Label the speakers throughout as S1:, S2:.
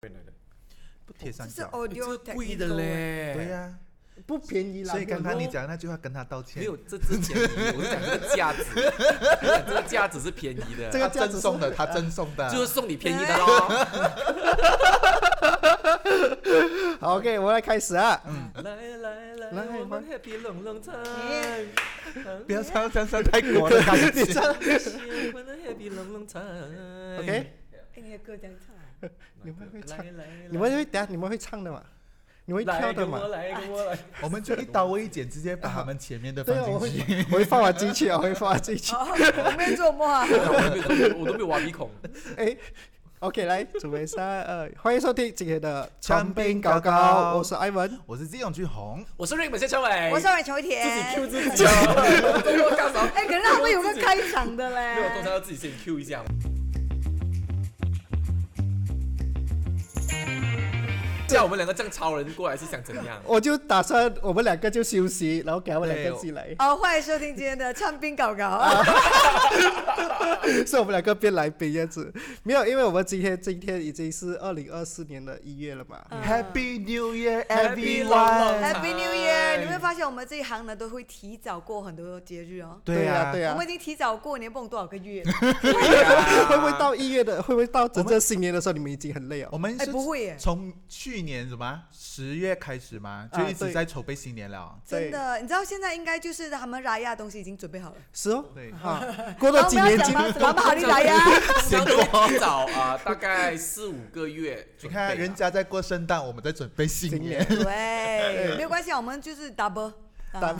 S1: 变来的，
S2: 不贴上
S3: 这是
S2: 脚。
S3: audio
S2: 这贵
S3: technical
S2: 的嘞，
S1: 对呀、不便宜
S2: 啊
S1: 啦。
S2: 所以刚刚你
S1: 讲。
S2: 讲的那句话跟他道歉，
S4: 没有，这之前我是讲这个架子，我讲这个架子是便宜的，
S2: 这个赠送的，他赠送的，
S4: 就是送你便宜的
S3: 啊
S4: 咯。
S1: 好，OK，我们来开始啊。
S4: 来来来，
S1: 来
S4: 我们 happy 龙龙唱，
S2: 不要唱 唱唱泰国的感觉。
S4: 我们的 happy 龙龙唱。
S1: OK，
S3: 哎，你的歌这样唱啊，
S1: 你们会唱
S4: 来，来，
S1: 你们会等下你们会唱的嘛？你们会
S4: 来
S1: 跳的
S4: 跟我
S1: 嘛？
S4: 来跟我来，
S2: 我们就一刀未剪，直接把他们前面的
S1: 对啊，我
S2: 放
S1: 会
S2: 进去。，
S1: 我会放我进去啊， 我会放我进去。
S3: 我没有做梦啊。
S4: 我都没有我都没有挖鼻孔。
S1: 哎，OK，来，准备三二，欢迎收听今天的
S2: 长
S1: 兵
S2: 兵
S1: 高
S2: 高
S1: 高，
S2: 高
S1: 我是艾文。
S2: 我是季永俊红，
S4: 我是瑞本谢超伟，
S3: 我上来求
S4: 哎自己 Q
S3: 甜。
S4: 自己哦，跟我干嘛？
S3: 哎，可是他们有个开场的
S4: 没有，通常
S3: 嘞。
S4: 要自己先 Q 一下。叫我们两个这样超人过来是想怎 样？
S1: 我就打算我们两个就休息，然后给他们两
S2: 对
S1: 个
S2: 我
S1: 进 来，
S3: 好，欢迎收听今天的唱兵搞搞。
S1: 是我们两个变来宾这样子。没有，因为我们今天今天已经是二零二四年的一月了嘛。
S2: 啊
S3: 嗯
S2: Happy New Year
S4: Happy
S2: everyone！
S4: Long Long
S3: Happy New Year！你会发现我们这一行呢，都会提早过很多节日哦。
S2: 对啊
S1: 呀，
S2: 呀，
S1: 对啊
S2: 呀，
S1: 呀
S3: 我。们已经提早过年，蹦多少个月了？
S1: 会不会到一月的？会不会到真正新年的时候，你们已经很累哦
S2: 我？们
S3: 哎，
S2: 是
S3: 不会耶，
S2: 从去年什么十月开始嘛，就
S1: 啊
S2: 一
S1: 对
S2: 直在筹备新年了。
S3: 真的。你知道现在应该就是他们拉亚东西已经准备好了。
S1: 是哦，
S2: 对
S1: 啊，过了几 年今
S3: 好不要讲吧妈妈好你来呀！
S4: 相对提早啊、大概四五个月
S2: 你
S4: 准备啦。
S2: 看人家在过圣诞，我们在准备新
S1: 今
S2: 年
S1: 年，
S3: 对，没有关系啊，我们就是 double 啊。
S1: 但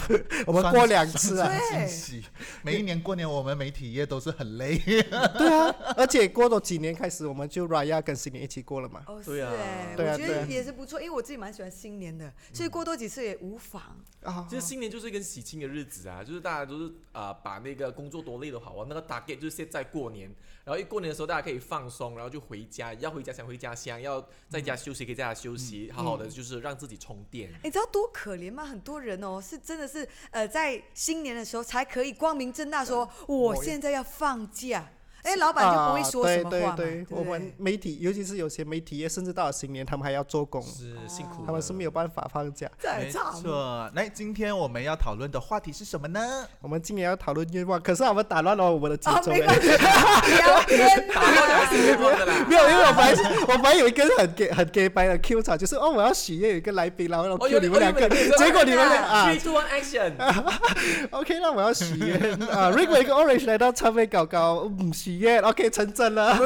S1: 我们过两次啊，
S3: 对
S2: 惊喜。每一年过年，我们媒体业都是很累。
S1: 对啊，而且过了几年开始，我们就 Raya 跟新年一起过了嘛。
S3: 哦，是
S4: 对啊
S3: 哎，
S1: 对啊
S3: 我觉
S1: 对
S3: 得
S1: 啊嗯
S3: 也是不错，因为我自己蛮喜欢新年的，所以过多几次也无妨。欸
S1: 啊，
S4: 其实新年就是一个喜庆的日子啊，就是大家都是啊、把那个工作多累都好啊，那个 target 就是现在过年，然后一过年的时候大家可以放松，然后就回家，要回家想回家乡，要在家休息可以在家休息，好好的就是让自己充电。
S3: 你知道多可怜吗？很多人哦，是真的是呃，在新年的时候才可以光明正大说我现在要放假，哎，老板就不会说什么话
S1: 哦啊
S3: 嘛。
S1: 对对
S3: 对
S1: 对，我们媒体，尤其是有些媒体业，甚至到了新年，他们还要做工，
S4: 是辛苦了，
S1: 他们是没有办法放假。
S3: 在
S2: 没
S3: 唱。
S2: 错，那今天我们要讨论的话题是什么呢？
S1: 我们今年要讨论愿望，可是我们打乱了我们的节
S3: 啊，
S1: 奏
S3: 没
S1: 嘞。
S3: 关 系，聊天
S4: 打到还是有的啦。
S1: 没有，因为我本来是我本来有一个很 gay 很 gay 白的 Q 场，就是哦，我要许愿有一个来宾，然后
S4: 哦
S1: Q 你们两个，结果你们俩啊
S4: three two one action，
S1: ，OK，那我要许愿啊。如果一个 Orange 来到唱片搞搞，嗯，许愿，OK，成真了。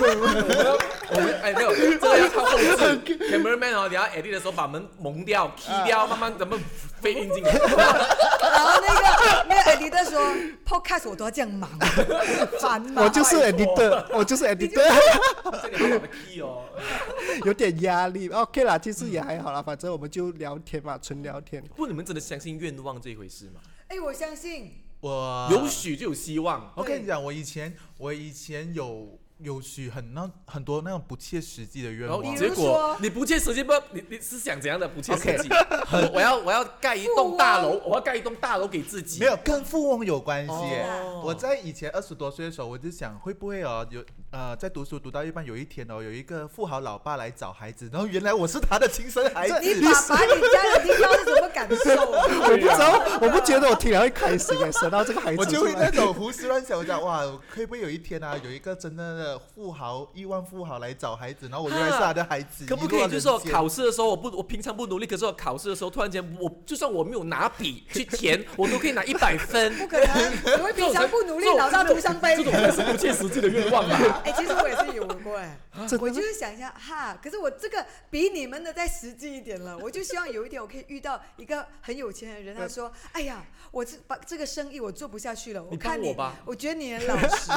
S4: 我们哎没有，这个要靠控 制。cameraman 哦，你要 edit 的时候把门蒙掉、key 掉，慢慢咱们飞音进去。
S3: 然后那个那个 editor 说 podcast 我都要这样忙，啊 烦嘛。
S1: 我就是
S4: 拜托
S1: editor，我就是 editor，
S4: 这里好好的 key 哦。
S1: 有点压力。OK 啦，其实也还好啦，反正我们就聊天嘛，纯聊天。
S4: 不，你们真的相信愿望这一回事吗？
S3: 哎，我相信
S2: 我
S4: 有许就有希望。
S2: 我跟你讲，我以前我以前有有许很那很多那种不切实际的愿
S4: 然后
S2: 望，
S3: 比
S4: 结
S3: 如
S4: 果
S3: 说
S4: 你不切实际不？你你是想怎样的不切实际？ 我我要我要盖一栋大楼，我要盖一栋大楼给自己。
S2: 没有跟富翁有关系耶。
S4: 哦
S2: 我在以前二十多岁的时候，我就想会不会哦，有呃，在读书读到一半，有一天哦，有一个富豪老爸来找孩子，然后原来我是他的亲生孩子。
S3: 你爸爸你家人听到是什么感受啊？
S1: 我不知道，我不觉得我听了会开心 耶，生到这个
S3: 哎
S1: 孩
S2: 我
S1: 子
S2: 就
S1: 出
S2: 会那
S1: 来。
S2: 种胡思乱想，我讲哇，会不会有一天啊，有一个真正的富豪、亿万富豪来找孩子，然后我原来是他的孩子，
S4: 可不可以就是说考试的时候，我不我平常不努力，可是我考试的时候突然间，我就算我没有拿笔去填， 我都可以拿一百分。
S3: 不可能，因为平常不努力，老大徒伤悲
S4: 这。种才是不切实际的愿望吧？
S3: 哎、其实我也是有过 哎、
S1: 真
S3: 我
S1: 的
S3: 就
S1: 吗
S3: 是想一下哈，可是我这个比你们的再实际一点了，我就希望有一天我可以遇到一个很有钱的人，他 说：“哎呀，我这把这个生意我做不下去了，
S4: 你帮
S3: 看你，
S4: 我吧
S3: 觉得你很老 实，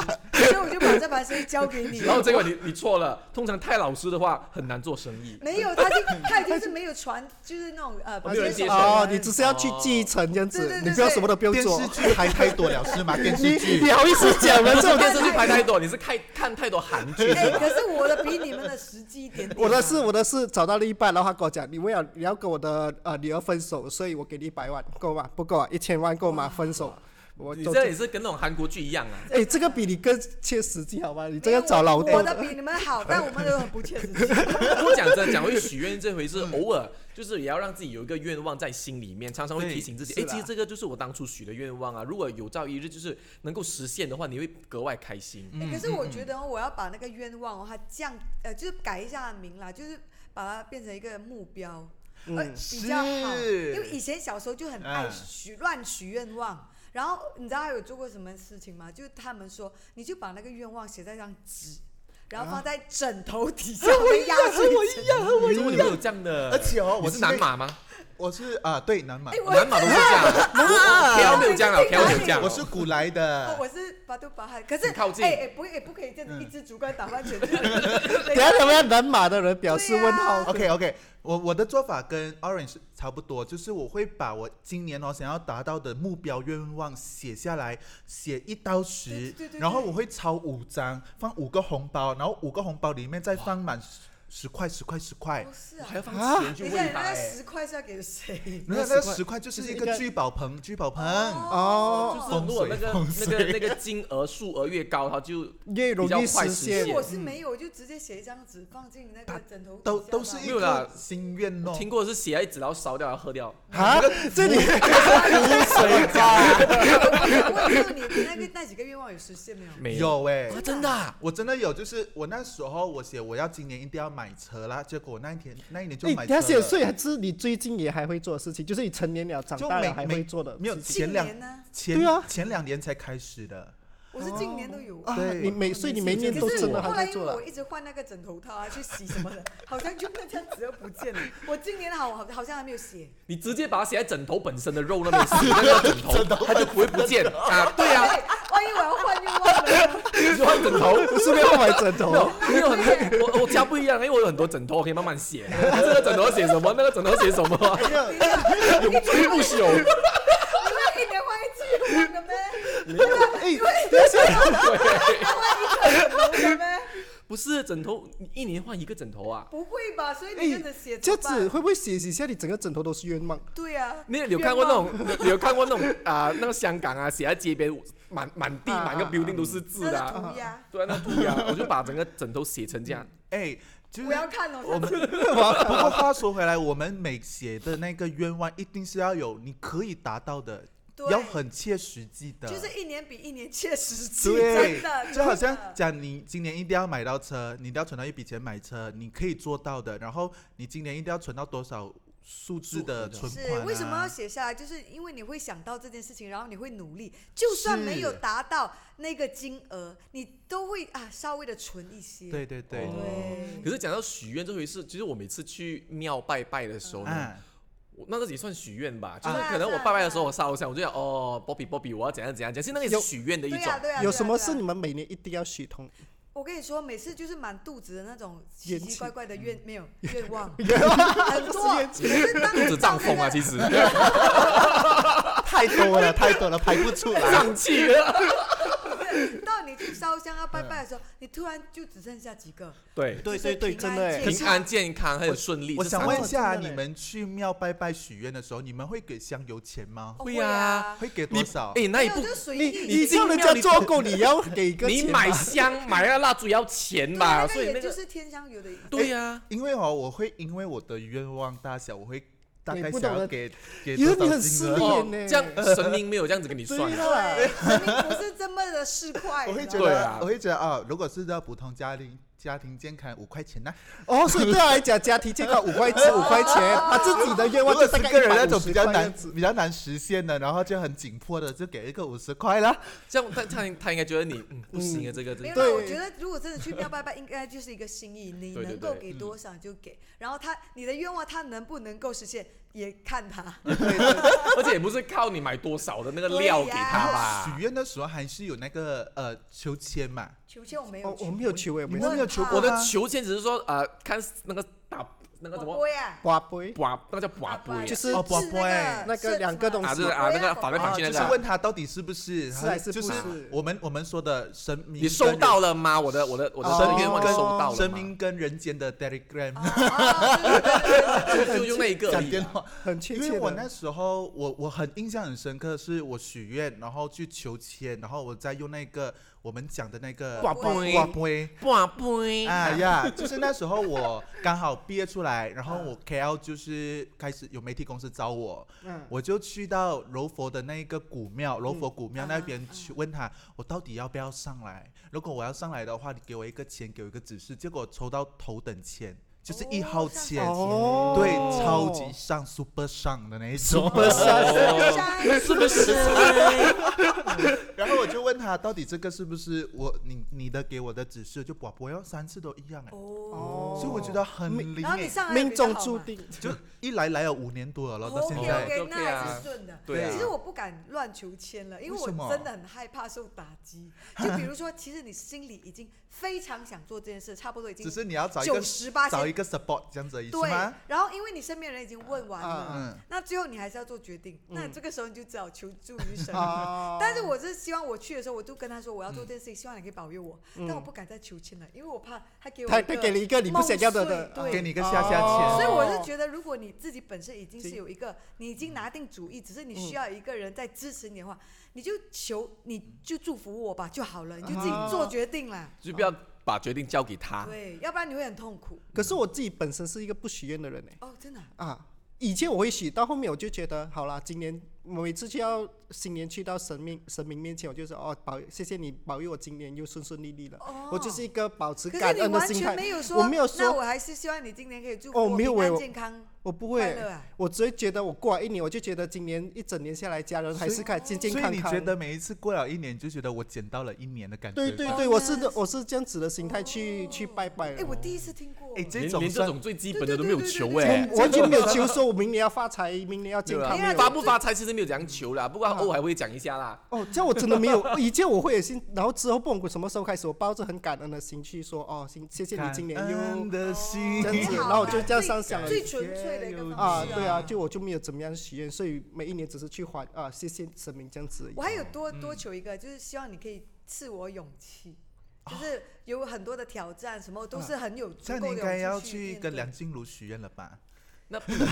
S3: 所以我就把这盘生意交给你。”
S4: 然后结果你你错了，通常太老实的话很难做生 意。
S3: 没有，他就他已经是没有传，就是那种呃，
S4: 没有人接受
S1: 哦，你只是要去继承这样
S3: 对
S1: 子
S3: 对，对
S1: 你不要什么都不用
S2: 电
S1: 做
S2: 视。剧还太多了 是吗？电
S1: 你
S2: 视剧
S1: 你好意思讲吗？这种
S4: 电视剧拍太多，你是看看太多韩 剧
S3: 哎、
S4: 是吧？
S3: 可是我的比你们的实际一点点啊、
S1: 我的是我的是找到另一半，然后他跟我讲，你为了你
S2: 哦
S1: 要跟我的呃女儿分手，所以我给你一百万，够吗？不够啊，一千万够吗？分手。我
S4: 你
S1: 走
S4: 这也是跟那种韩国剧一样啊。
S1: 哎，这个比你更切实际好吧？你这
S3: 没
S1: 个
S3: 有
S1: 找劳
S3: 我
S1: 动
S3: 的比你们好，但我们都很不切实际。
S4: 不过讲真，讲回许愿这回事，偶尔就是也要让自己有一个愿望在心里面，常常会
S2: 对
S4: 提醒自己，
S1: 是
S4: 哎，
S1: 啦
S4: 其实这个就是我当初许的愿望啊。如果有朝一日就是能够实现的话，你会格外开心。
S2: 嗯
S3: 欸可是我觉得哦我要把那个愿望哦，它降呃，就是改一下名啦，就是把它变成一个目标，呃，
S1: 嗯，
S3: 比较好。
S2: 是
S3: 因为以前小时候就很爱
S2: 嗯
S3: 许乱许愿望，然后你知道他有做过什么事情吗？就是他们说，你就把那个愿望写在一张纸，然后放在枕头底下被压睡着。
S4: 为什么你们有这样的？
S2: 而且哦，
S4: 我
S2: 我
S4: 是
S2: 南
S4: 南，马吗？
S2: 我是啊，对南马
S3: 哎，我
S4: 南马都是这样，K 没有这样了
S3: 我
S4: ，K 没有这样了。
S2: 我是古来
S3: 哦
S2: 的。
S3: 我是巴杜巴汉，可是
S4: 很靠近
S3: 哎哎，不也不可以这样子一只竹竿打翻全身。等
S1: 等一下他们南马的人表示
S3: 对啊
S1: 问号。
S2: OK OK，我我的做法跟 Orange 差不多，就是我会把我今年哦想要达到的目标愿望写下来，写一到
S3: 对
S2: 十
S3: 对对，
S2: 然后我会抄五张，放五个红包，然后五个红包里面再放满十十块、十块、十块
S3: 不。是
S4: 我
S3: 啊
S4: 还，要放钱去
S3: 等一
S4: 喂
S3: 下，你
S4: 它
S3: 那
S4: 哎。
S3: 十块是要给谁？
S2: 那
S1: 那
S2: 那
S1: 10
S2: 十块就是
S1: 就是
S2: 一
S1: 一
S2: 个
S1: 个
S2: 聚宝盆，聚宝盆。
S1: 哦
S4: 就是如果那个
S2: 风
S4: 那
S2: 水
S4: 个那个金额数额越高，它就
S1: 越容
S4: 比
S1: 易
S4: 较快
S1: 实
S4: 实
S1: 现
S4: 现
S3: 我是没有，我就直接写一张纸放进那个枕头底下
S2: 都
S3: 吧
S2: 都是一
S4: 没有啦
S2: 个心愿哦。
S4: 听过是血一直然后烧掉，然后喝掉。
S1: 啊！ 这里
S4: 水吧？
S3: 我也问你，你那个那几个愿望有实现没有？
S4: 没有
S2: 有哎、
S4: 啊，真的 啊？
S2: 我真的有，就是我那时候我写我要今年一定要买车啦，结果我那一天那一年就
S4: 哎
S1: 你
S2: 买车
S1: 哎
S2: 了。
S1: 他写岁还是你最近也还会做的事情，就是你成年了、长
S2: 就
S1: 大
S2: 每
S1: 了还
S2: 每
S1: 会做的事情。
S2: 没有前
S3: 近
S2: 两
S3: 年呢？
S2: 前
S1: 对啊
S2: 前两年才开始的，
S3: 我是近年都有。
S1: 啊，
S2: 对
S1: 你每所以你每年
S3: 可
S1: 都
S3: 是
S1: 真
S3: 我
S1: 的
S3: 后
S1: 还
S3: 来
S1: 在
S3: 因为
S1: 做啊了
S3: 我。一直换那个枕头套啊，去洗什么的， 好像就那张纸又不见了。我今年好好好像还没有写，
S4: 你直接把它写在枕头本身的肉那边，洗那个枕头，它就不会不见啊。对啊，
S3: 哎万一我要换愿望 了，
S4: 你就换枕头。
S1: 不哦是没有买枕
S4: 没有
S1: 头，，
S4: 因为有很多我我家不一样，因为我有很多枕头，我可以慢慢写。这个枕头写什么，那个枕头写什么，
S1: 啊
S4: 永垂不朽。
S3: 因为一年换一次愿望的咩？
S1: 哎，等一下
S4: 对，
S3: 换一个枕头的咩？
S4: 不是枕头，你一年换一个枕头啊？
S3: 不会吧？所以你跟着写
S1: 哎，这
S3: 怎
S1: 样
S3: 么办
S1: 子会不会写一下你整个枕头都是冤枉？
S3: 对啊。
S4: 你有看过那种， 你有看过那种啊、那个香港啊，写在街边，满满地
S1: 啊
S4: 满个
S1: 啊
S4: building 都是字
S3: 那
S4: 的、
S3: 是
S4: 啊。
S3: 涂鸦，
S4: 对啊， 那不一样，我就把整个枕头写成这样。
S2: 哎，就是
S3: 我要看哦。
S2: 我们 不过话说回来，我们每写的那个愿望一定是要有你可以达到的，
S3: 对
S2: 要很切实际的，
S3: 就是一年比一年切实际，真
S2: 对
S3: 的，，
S2: 就好
S3: 真
S2: 像
S3: 的
S2: 讲你今年一定要买到车，你一定要存到一笔钱买车，你可以做到的。然后你今年一定要存到多少数字的
S4: 数
S2: 存
S3: 是
S2: 款、啊？
S3: 为什么要写下来？就是因为你会想到这件事情，然后你会努力，就算没有
S2: 是
S3: 达到那个金额，你都会啊稍微的存一些。
S2: 对对对，
S4: 哦
S3: 对
S4: 可是讲到许愿这回事，其实我每次去庙拜拜的时候呢，
S2: 嗯，
S4: 我那个也算许愿吧，就是
S3: 啊
S4: 可能
S3: 是
S4: 我
S3: 啊
S4: 拜拜的
S3: 是啊
S4: 时候，我烧一下，我就想哦，Bobby Bobby，我要怎样怎样，其实那个也是
S1: 有
S4: 许愿的一
S3: 对
S4: 种。
S3: 呀对呀。
S1: 有
S3: 对
S1: 什
S3: 啊
S1: 么
S3: 对
S1: 是
S3: 啊
S1: 你们每年一定要许通？
S3: 我跟你说，每次就是满肚子的那种奇
S1: 怨
S3: 奇
S1: 气
S3: 怪怪的愿，没有 愿望，
S1: 冤枉
S3: 很多。
S1: 怨
S3: 可是当
S4: 肚子
S3: 你到
S4: 胀
S3: 那
S4: 风啊，
S3: 个
S4: 其实
S2: 太多了，太多了，排不出来。
S4: 胀气 了。
S3: 到你去烧香啊拜拜的时候，你突然就只剩下几个。
S4: 对，
S1: 对
S3: 就是
S1: 对对
S3: 平
S1: 真
S3: 安
S1: 的哎
S3: 健
S4: 平安健康还有顺利。
S2: 我
S4: 这
S2: 想
S4: 三
S2: 问一
S4: 个
S2: 下，
S1: 真的
S2: 你
S1: 嘞
S2: 们去庙拜拜许愿的时候，你们会给香油钱吗？
S3: 哦
S4: 会
S3: 会
S4: 啊
S3: 啊
S2: 会给
S4: 你
S2: 多少？
S4: 哎，那
S3: 没
S4: 一
S3: 有
S4: 部
S3: 就是随
S1: 你
S3: 意。
S1: 你叫人家做够，你要给一个
S4: 你
S1: 钱
S4: 买
S1: 吧
S4: 香买那蜡烛要钱
S3: 对啊
S4: 吧，
S3: 那
S4: 所
S3: 个
S4: 以
S3: 也
S4: 那
S3: 就
S4: 个
S3: 是天香油的一个。
S4: 对啊 呀。
S2: 因为哦，我会因为我的愿望大小，我会大
S1: 你
S2: 概
S1: 不
S2: 想
S1: 懂
S2: 要
S1: 得
S2: 给给
S1: 因为
S2: 多
S1: 你
S2: 少
S1: 很
S2: 金
S1: 势
S2: 额
S1: 利
S4: 哦
S1: 变，呢
S4: 这样神明没有这样子跟你算啊
S1: 对啊
S4: 的。
S1: 啦，
S3: 对，啊神明不是这么的市 侩。
S2: 我会
S3: 你
S2: 觉
S3: 知道吗
S4: 对
S2: 得，
S4: 啊
S2: 我会觉得啊、如果是在普通家庭家庭健康五块钱呢、
S1: 哦，所以对他来讲，家庭健康五块钱五块钱，他自己的愿
S2: 如
S1: 望
S2: 果
S1: 就是大概
S2: 个人那
S1: 150
S2: 种比较
S1: 块
S2: 难
S1: 这样子
S2: 比较难实现的，然后就很紧迫的，就给一个五十块啦。
S4: 这样他他他应该觉得你嗯不行啊，这个这
S3: 没有
S4: 个。
S3: 啦，
S1: 对
S3: 我觉得如果真的去庙拜拜，应该就是一个心意，你
S4: 对对
S3: 能够
S4: 对
S3: 给多少就给。然后他你的愿望他能不能够实现，也看他。
S4: 而且也不是靠你买多少的那个料给他吧。
S2: 许愿的时候还是有那个呃求签嘛，
S3: 求签我没有
S1: 哦，
S3: 去，
S1: 我没有求，我也
S2: 你
S1: 没
S2: 们
S1: 有
S2: 没有求过
S4: 我
S2: 吗
S4: 的求签只是说，呃，看那个打那个什
S3: 我
S4: 么
S3: 会啊，
S1: 瓜杯，
S4: 寡，那个叫寡杯啊，
S1: 就是
S2: 哦寡
S3: 是
S2: 杯
S1: 那个两个东
S4: 啊，
S1: 西
S4: 就是啊，那个
S3: 寡
S4: 反来
S3: 杯
S4: 反去那
S2: 就是
S4: 个啊。
S2: 问他到底是不是，
S1: 是还是
S2: 就
S1: 不
S2: 是
S1: 是
S2: 我们我们说的神明，
S4: 你收到了吗？我的我的我的
S1: 哦
S4: 神愿望你
S1: 跟
S4: 收到了吗？
S2: 神明跟人间的 telegram
S4: 就就用那一个而
S2: 讲
S4: 已
S2: 电
S4: 啊。
S2: 话，
S1: 很确
S2: 因
S1: 切
S2: 为
S1: 的。
S2: 我那时候我我很印象很深刻，是我许愿，然后去求签，然后我再用那个我们讲的那个
S4: 挂杯
S2: 挂杯。
S4: 寡杯
S2: 哎
S3: 啊
S2: 呀，就是那时候我刚好毕业出来，然后我 KL 就是开始有媒体公司找我，
S1: 嗯，
S2: 我就去到柔佛的那一个古庙，柔佛古庙
S3: 嗯
S2: 那边去问他，我到底要不要上来？如果我要上来的话，你给我一个签，给我一个指示。结果抽到头等签，就是一号签，
S1: 哦
S2: 对，超级上 super 上的那一 种。
S1: 不是啊是
S4: 哦是不是？
S2: 然后我就问他，到底这个是不是我你你的给我的指示？就宝宝要三次都一样哎、
S3: 哦，
S2: 所以我觉得很灵
S3: 然后你
S2: 哎、
S3: 上来
S1: 命中注定。
S2: 就一来来有五年多了，然哦后到现
S3: OK
S2: 在。
S4: 就
S3: OK，
S4: 可以
S3: 那
S4: 啊
S3: 还是顺的。
S4: 对啊
S3: 其实我不敢乱求签了，因
S2: 为
S3: 我
S2: 什么
S3: 真的很害怕受打击。就比如说，其实你心里已经非常想做这件事，差不多已经
S2: 只是你要找一
S3: 九
S2: 个
S3: 十八
S2: 找一个 support 这样子而已，是
S3: 对
S2: 吗？，
S3: 然后因为你身边人已经问完
S1: 啊
S3: 了，
S2: 嗯，
S3: 那最后你还是要做决定。那这个时候你就只好求助于神。
S1: 啊
S3: 但是我是希望我去的时候，我就跟他说我要做这件事情，希望你可以保佑我。
S2: 嗯
S3: 但我不敢再求签了，因为我怕他给我
S1: 他
S3: 一个
S1: 他给你一个你不想要的的
S3: 梦碎对哦
S2: 给你一个下下签。
S1: 哦
S3: 所以我是
S1: 得
S3: 觉得，如果你自己本身已经是
S1: 行
S3: 有一个，你已经拿定主意，只是你
S1: 嗯
S3: 需要一个人在支持你的话，你就求，你就祝福我吧就好了，你就自己做决定啦。
S4: 就不要把决定交给
S1: 啊
S4: 他。
S3: 对，要不然你会很痛苦。
S1: 可是我自己本身是一个不许愿的人呢。
S3: 哦，真的啊，
S1: 啊，以前我会许，到后面我就觉得好啦，今年每次去到新年去到神明神明面前，我就说哦保谢谢你保佑我今年又顺顺利利了。
S3: 哦，
S1: 我就是一个保持
S3: 可是
S1: 感
S3: 你
S1: 恩的
S3: 完
S1: 心
S3: 全
S1: 态，
S3: 没有
S1: 我没有
S3: 那
S1: 说
S3: 我还是希望你今年可以祝福
S1: 哦没有
S3: 平安
S1: 我
S3: 健康
S1: 我不
S3: 快
S1: 会，
S3: 乐啊。
S1: 我只会觉得我过完一年，我就觉得今年一整年下来，家人还是看健健
S2: 所
S1: 康
S2: 以你
S1: 康。
S2: 觉得每一次过了一年，你就觉得我捡到了一年的感觉？
S1: 对对
S2: 是吧
S1: 对，
S3: 哦
S1: 我是
S3: 那
S1: 我是这样子的心态去、去拜拜
S3: 哎，
S1: 的。
S3: 我第一次听过
S2: 哎，。
S4: 连
S2: 这种
S4: 连这
S2: 算
S4: 种最基本的都没有求
S3: 对
S4: 哎
S1: 我，完全没有求说，我明年要发财，明
S2: 啊
S1: 年要健
S4: 对啊
S1: 康。
S3: 因
S1: 没
S3: 为
S4: 吧？
S1: 有
S4: 发不发财其实没有怎样求啦，
S2: 嗯
S4: 不过他偶尔还会讲一下 啦。
S1: 哦，这样我真的没有。以前我会有心，然后之后不管什么时候开始，我抱着很感恩的心去说，哦，行，谢谢你今年
S2: 感恩
S1: 又
S2: 的心
S1: 这样子，
S3: 好啊
S1: 然后我就这样上想了。
S3: 最纯粹的一个
S1: 啊
S3: 方，式
S1: 对啊，就我就没有怎么样许愿，所以每一年只是去还啊，谢谢神明这样子而已。
S3: 我还有多多求一个，就是希望你可以赐我勇气，就是有很多的挑战，什么都是很有足
S2: 这样你
S3: 够
S2: 应该
S3: 的
S2: 要
S3: 勇
S2: 去
S3: 气
S2: 跟梁
S3: 面
S2: 静茹许愿了吧？
S4: 那
S3: 对。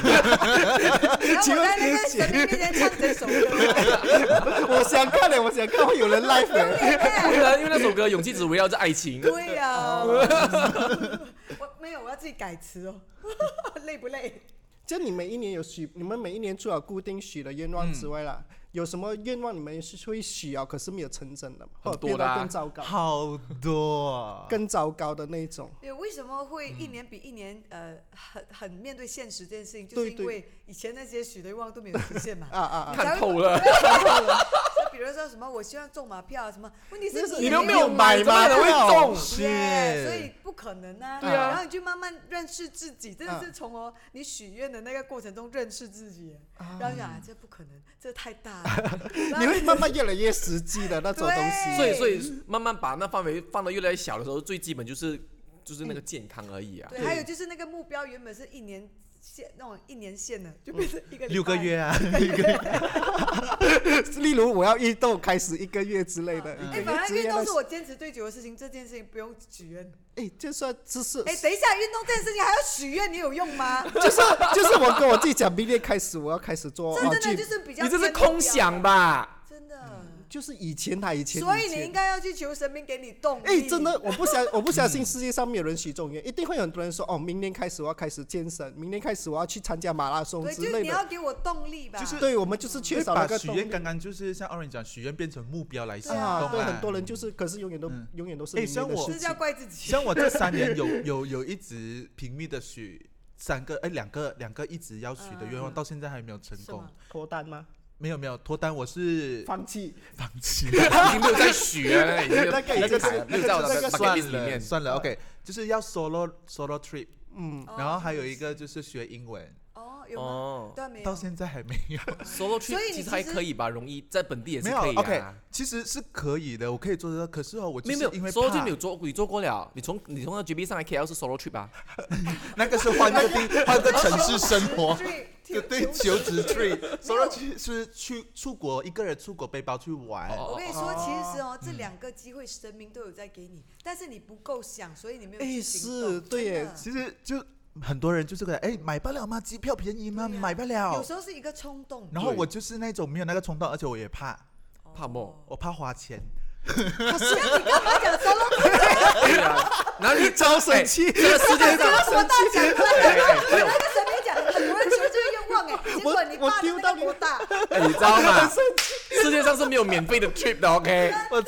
S3: 然后我在那个神明面前唱这首歌，
S1: 我想看的，我想看会有人 live 的。
S4: 对啊，因为那首歌《勇气只围绕着爱情》，
S3: 对呀， 我没有，我要自己改词哦， 累不累？
S1: 就你每一年有许，你们每一年除了固定许的愿望之外啦，有什么愿望你们是会许啊，可是没有成真的吗，或
S4: 很
S1: 者
S4: 多
S1: 变
S4: 的啊
S1: 得更糟糕、
S2: 好 多，
S1: 更糟糕的那一种？
S3: 对，为什么会一年比一年呃很很面对现实这件事情，就
S1: 对
S3: 是因
S1: 对
S3: 为以前那些许的愿望都没有实 现嘛。
S1: 啊啊啊！
S4: 看透了，
S3: 就比如说什么，我希望中马票啊什么，问题是
S1: 那是
S4: 你
S1: 你
S4: 都
S1: 都
S4: 没
S1: 没
S4: 有
S1: 有
S4: 买
S1: 买
S4: 怎么
S1: 嘛
S4: 可能会
S3: 哎
S4: 中？
S2: 是
S3: 耶，所以不可能啊。
S1: 对啊
S3: 然后你就慢慢认识自己，真的
S1: 嗯
S3: 是从哦你许愿的那个过程中认识自己。然后就想啊，这不可能，这太大了。然后
S1: 你会慢慢越来越实际的那种东西。
S4: 所以所以慢慢把那范围放得越来越小的时候，最基本就是就是那个健康而已啊。
S3: 对，还有就是那个目标原本是一年限那种一年限的，就变成一个礼
S2: 六个
S3: 拜。
S2: 月 啊，
S1: 例如我要运动开始一个月之类的，一
S3: 哎，
S1: 个
S3: 反正
S1: 月之
S3: 运
S1: 类
S3: 动
S1: 的
S3: 是。我坚持最久的事情，这件事情不用许愿。
S1: 哎，就算只是
S3: 哎，等一下，运动这件事情还要许愿，你有用吗？
S1: 就是就是我跟我自己讲，明天开始我要开始做
S3: 这
S1: 啊
S3: 真的
S1: 去
S3: 就是比较
S4: 你这是
S3: 偏目
S4: 空
S3: 标
S4: 想，吧？
S3: 真的。
S1: 就是以前啊他以前，
S3: 所
S1: 以
S3: 以你
S1: 前
S3: 应该要去求神明给你动
S1: 哎、
S3: 力。
S1: 真的，我不相我不相信世界上没有人许这种愿，一定会有很多人说哦，明年开始我要开始健身，明年开始我要去参加马拉松
S3: 对，
S1: 之
S3: 就是
S1: 类
S3: 你要
S1: 的。
S3: 给我动力吧。
S1: 对，我们就是缺少那
S2: 把
S1: 个
S2: 许
S1: 动
S2: 愿
S1: 力
S2: 刚刚就是像 Orange 讲，许愿变成目标来行动
S1: 啊，
S2: 啊。
S1: 对，很多人就是，可是永远都、
S2: 嗯
S1: 永远都是
S2: 哎
S1: 明年
S2: 像
S1: 的
S2: 我
S1: 事
S3: 就是
S1: 情
S3: 要。怪自己。
S2: 像我这三年有有有一直拼命的许三个，哎，两个两个一直要许的愿望，
S3: 嗯
S2: 到现在还没有成
S3: 是
S2: 功
S3: 吗。
S1: 脱单吗？
S2: 没有没有脱单，我是
S1: 放弃？
S2: 放弃。
S4: 已经没有在学了，已经
S1: 那个已经是
S4: 没有在我
S1: 那
S4: 的
S1: 个
S4: bucket
S2: 算
S4: list 里
S2: 了
S4: 面。
S2: 算了，OK，就是要 solo solo trip，
S1: 嗯，
S3: 哦
S2: 然后还有一个就是学英文。
S3: 哦，哦，有吗？
S4: 哦
S3: 对啊，没
S2: 到
S3: 有。
S2: 现在还没有。
S4: ，solo
S3: 所以
S4: trip
S3: 你
S4: 其
S3: 其
S4: 实还
S3: 实。
S4: 可以吧，容易在本地也是
S2: 没有
S4: 可以
S2: ，OK，
S4: 啊。
S2: 其实是可以的，我可以做得到。可是哦，我就
S4: 没有没
S2: 是
S4: 有
S2: 因为
S4: ，solo
S2: 怕
S4: trip 你有做你做过了，你从你从那 GB 上来 KL 是 solo trip 吧？
S2: 那个是换个地，换个城市生活
S3: 对
S2: 就对，求职 tree，solo trip 是去出国，一个人出国背包去玩。
S4: 哦
S3: 我跟你说，
S1: 哦
S3: 其实哦，这两个机会神明都有在给你，但是你不够想，所以你没有
S1: 哎
S3: 去行动
S1: 是对
S3: 真
S1: 耶
S3: 的
S2: 其实就很多人就是个哎，买不了吗？机票便宜吗？
S3: 对呀
S2: 买不
S3: 有
S2: 了。
S3: 时候是一个冲动。
S2: 然后我就是那种没有那个冲动，而且我也怕，
S4: 怕没
S3: 哦
S2: 我怕花钱。
S3: 那你干嘛讲 solo？
S4: 对啊，然后你
S1: 超生气
S4: 哎这个世 界
S3: 不要
S4: 上，
S3: 说大讲，
S4: 哎哎
S3: 你那个神明讲，很多人求这个愿望哎，结果你
S1: 我
S3: 爸的
S1: 丢
S3: 那
S1: 到
S3: 个
S1: 你
S3: 多大？
S4: 哎，你知道吗？世界上是没有免费的 trip 的，OK？
S2: 我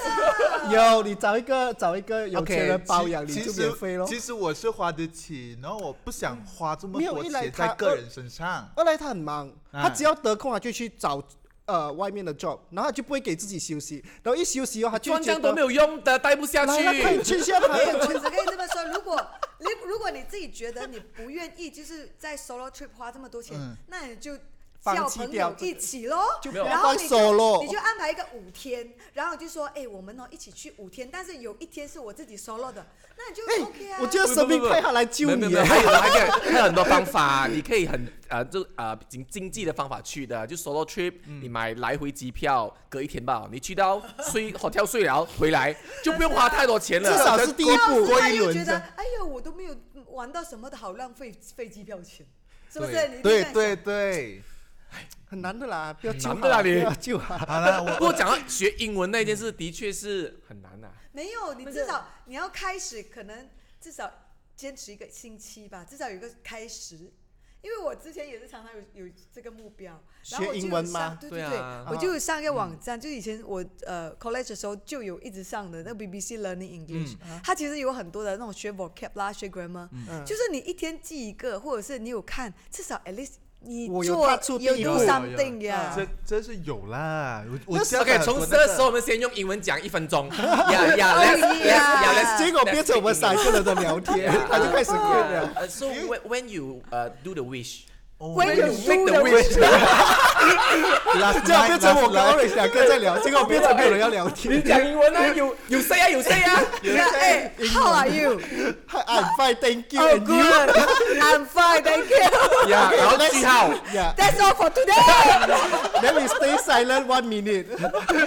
S1: 有你找一个找一个有
S2: OK，
S1: 钱人包
S2: 其
S1: 养你
S2: 其
S1: 就
S2: 实
S1: 免费咯。
S2: 其实我是花得起，然后我不想花这么
S1: 没有
S2: 多
S1: 一来
S2: 钱
S1: 他
S2: 在个
S3: 哦
S2: 人身上。
S1: 二来他很忙，
S2: 啊
S1: 他只要得空他就去找呃外面的 job，然后他就不会给自己休息，然后一休息哦，他就
S4: 装
S1: 觉
S4: 腔都
S1: 得
S4: 没有用的，待不下
S1: 来了可以
S4: 去。哎
S1: 去一下
S3: 没有，
S1: 牌，
S3: 我只可以这么说。如 果你如果你自己觉得你不愿意，就是在 solo trip 花这么多钱，
S2: 嗯
S3: 那你就
S1: 放
S3: 叫
S1: 弃
S3: 朋
S1: 掉
S3: 友
S1: 这
S3: 一
S1: 个
S3: 起喽。
S1: 就
S4: 没有
S3: 然
S1: 然
S3: 后
S1: 后
S3: 你就
S1: solo，
S3: 你就安排一个五天，然后你就说，哎，我们哦一起去五天，但是有一天是我自己 solo 的，那你就
S2: 哎
S3: OK 啊。
S1: 哎我觉得
S4: 不
S1: 神明
S4: 不不
S1: 派他来救
S4: 没有没有
S1: 你啊
S4: 没有，还
S1: 耶，
S4: 有还有还有很多方法，你可以很呃就呃经经济的方法去的，就 solo trip，你买来回机票，隔一天吧，你去到睡 hotel 睡了回来就不用花太多钱
S1: 至
S4: 了。
S1: 少是第一
S3: 要
S1: 步
S3: 是。他
S2: 一
S3: 又
S2: 轮
S3: 觉
S2: 这
S3: 得
S2: 样，
S3: 哎呦，我都没有玩到什么的好浪费飞机票钱，是不是？你
S2: 对对
S3: 一定这样
S2: 对对，
S1: 很难的啦，不要救
S4: 难
S1: 他
S4: 的啦
S1: 啦，不
S4: 你
S1: 要救他。
S2: 好了，我
S4: 不过讲到学英文那件事，的确是很难啊呐、
S3: 没有，你至少你要开始，可能至少坚持一个星期吧，至少有一个开始。因为我之前也是常常有有这个目标，然后我就
S1: 学
S3: 有
S1: 英文
S3: 上
S1: 吗
S3: 对对
S4: 对啊
S3: 我就有上一个网
S1: 嗯
S3: 站，就以前我呃 college 的时候就有一直上的那个 BBC Learning English，、它其实有很多的那种学 vocab 啦、学 grammar，、
S1: 嗯
S3: 就是你一天记一个，或者是你有看，至少 at least 你
S1: 我
S3: 做
S1: 有踏出第一
S3: do
S2: 步
S3: something
S1: 有有
S3: 呀、
S1: 啊
S2: 这这是有啦，我我
S4: OK，从这时候我们先用英文讲一分钟。呀呀
S3: 哎
S4: ，Let's let's
S3: 呀
S4: yeah, let's
S1: 结果变成我们三个人的 聊天，他就开始困了。
S4: 呃，So when when you 呃 do the wish，
S2: ，Oh
S3: When you
S4: make
S3: do
S4: the
S3: the
S4: wish，
S2: last
S1: 这样变成我
S2: night，last night
S1: 跟 Orange 两个在聊，结果变成没有人要聊 天。
S4: 讲英文啊，有有谁啊有谁啊？
S3: 那哎，How are you?
S1: I'm fine, thank you.
S3: Oh,
S1: and you?
S3: good. I'm fine, thank you.
S4: 呀，然后句号。
S1: Yeah.
S3: That's all for today.
S1: Then we stay silent one minute.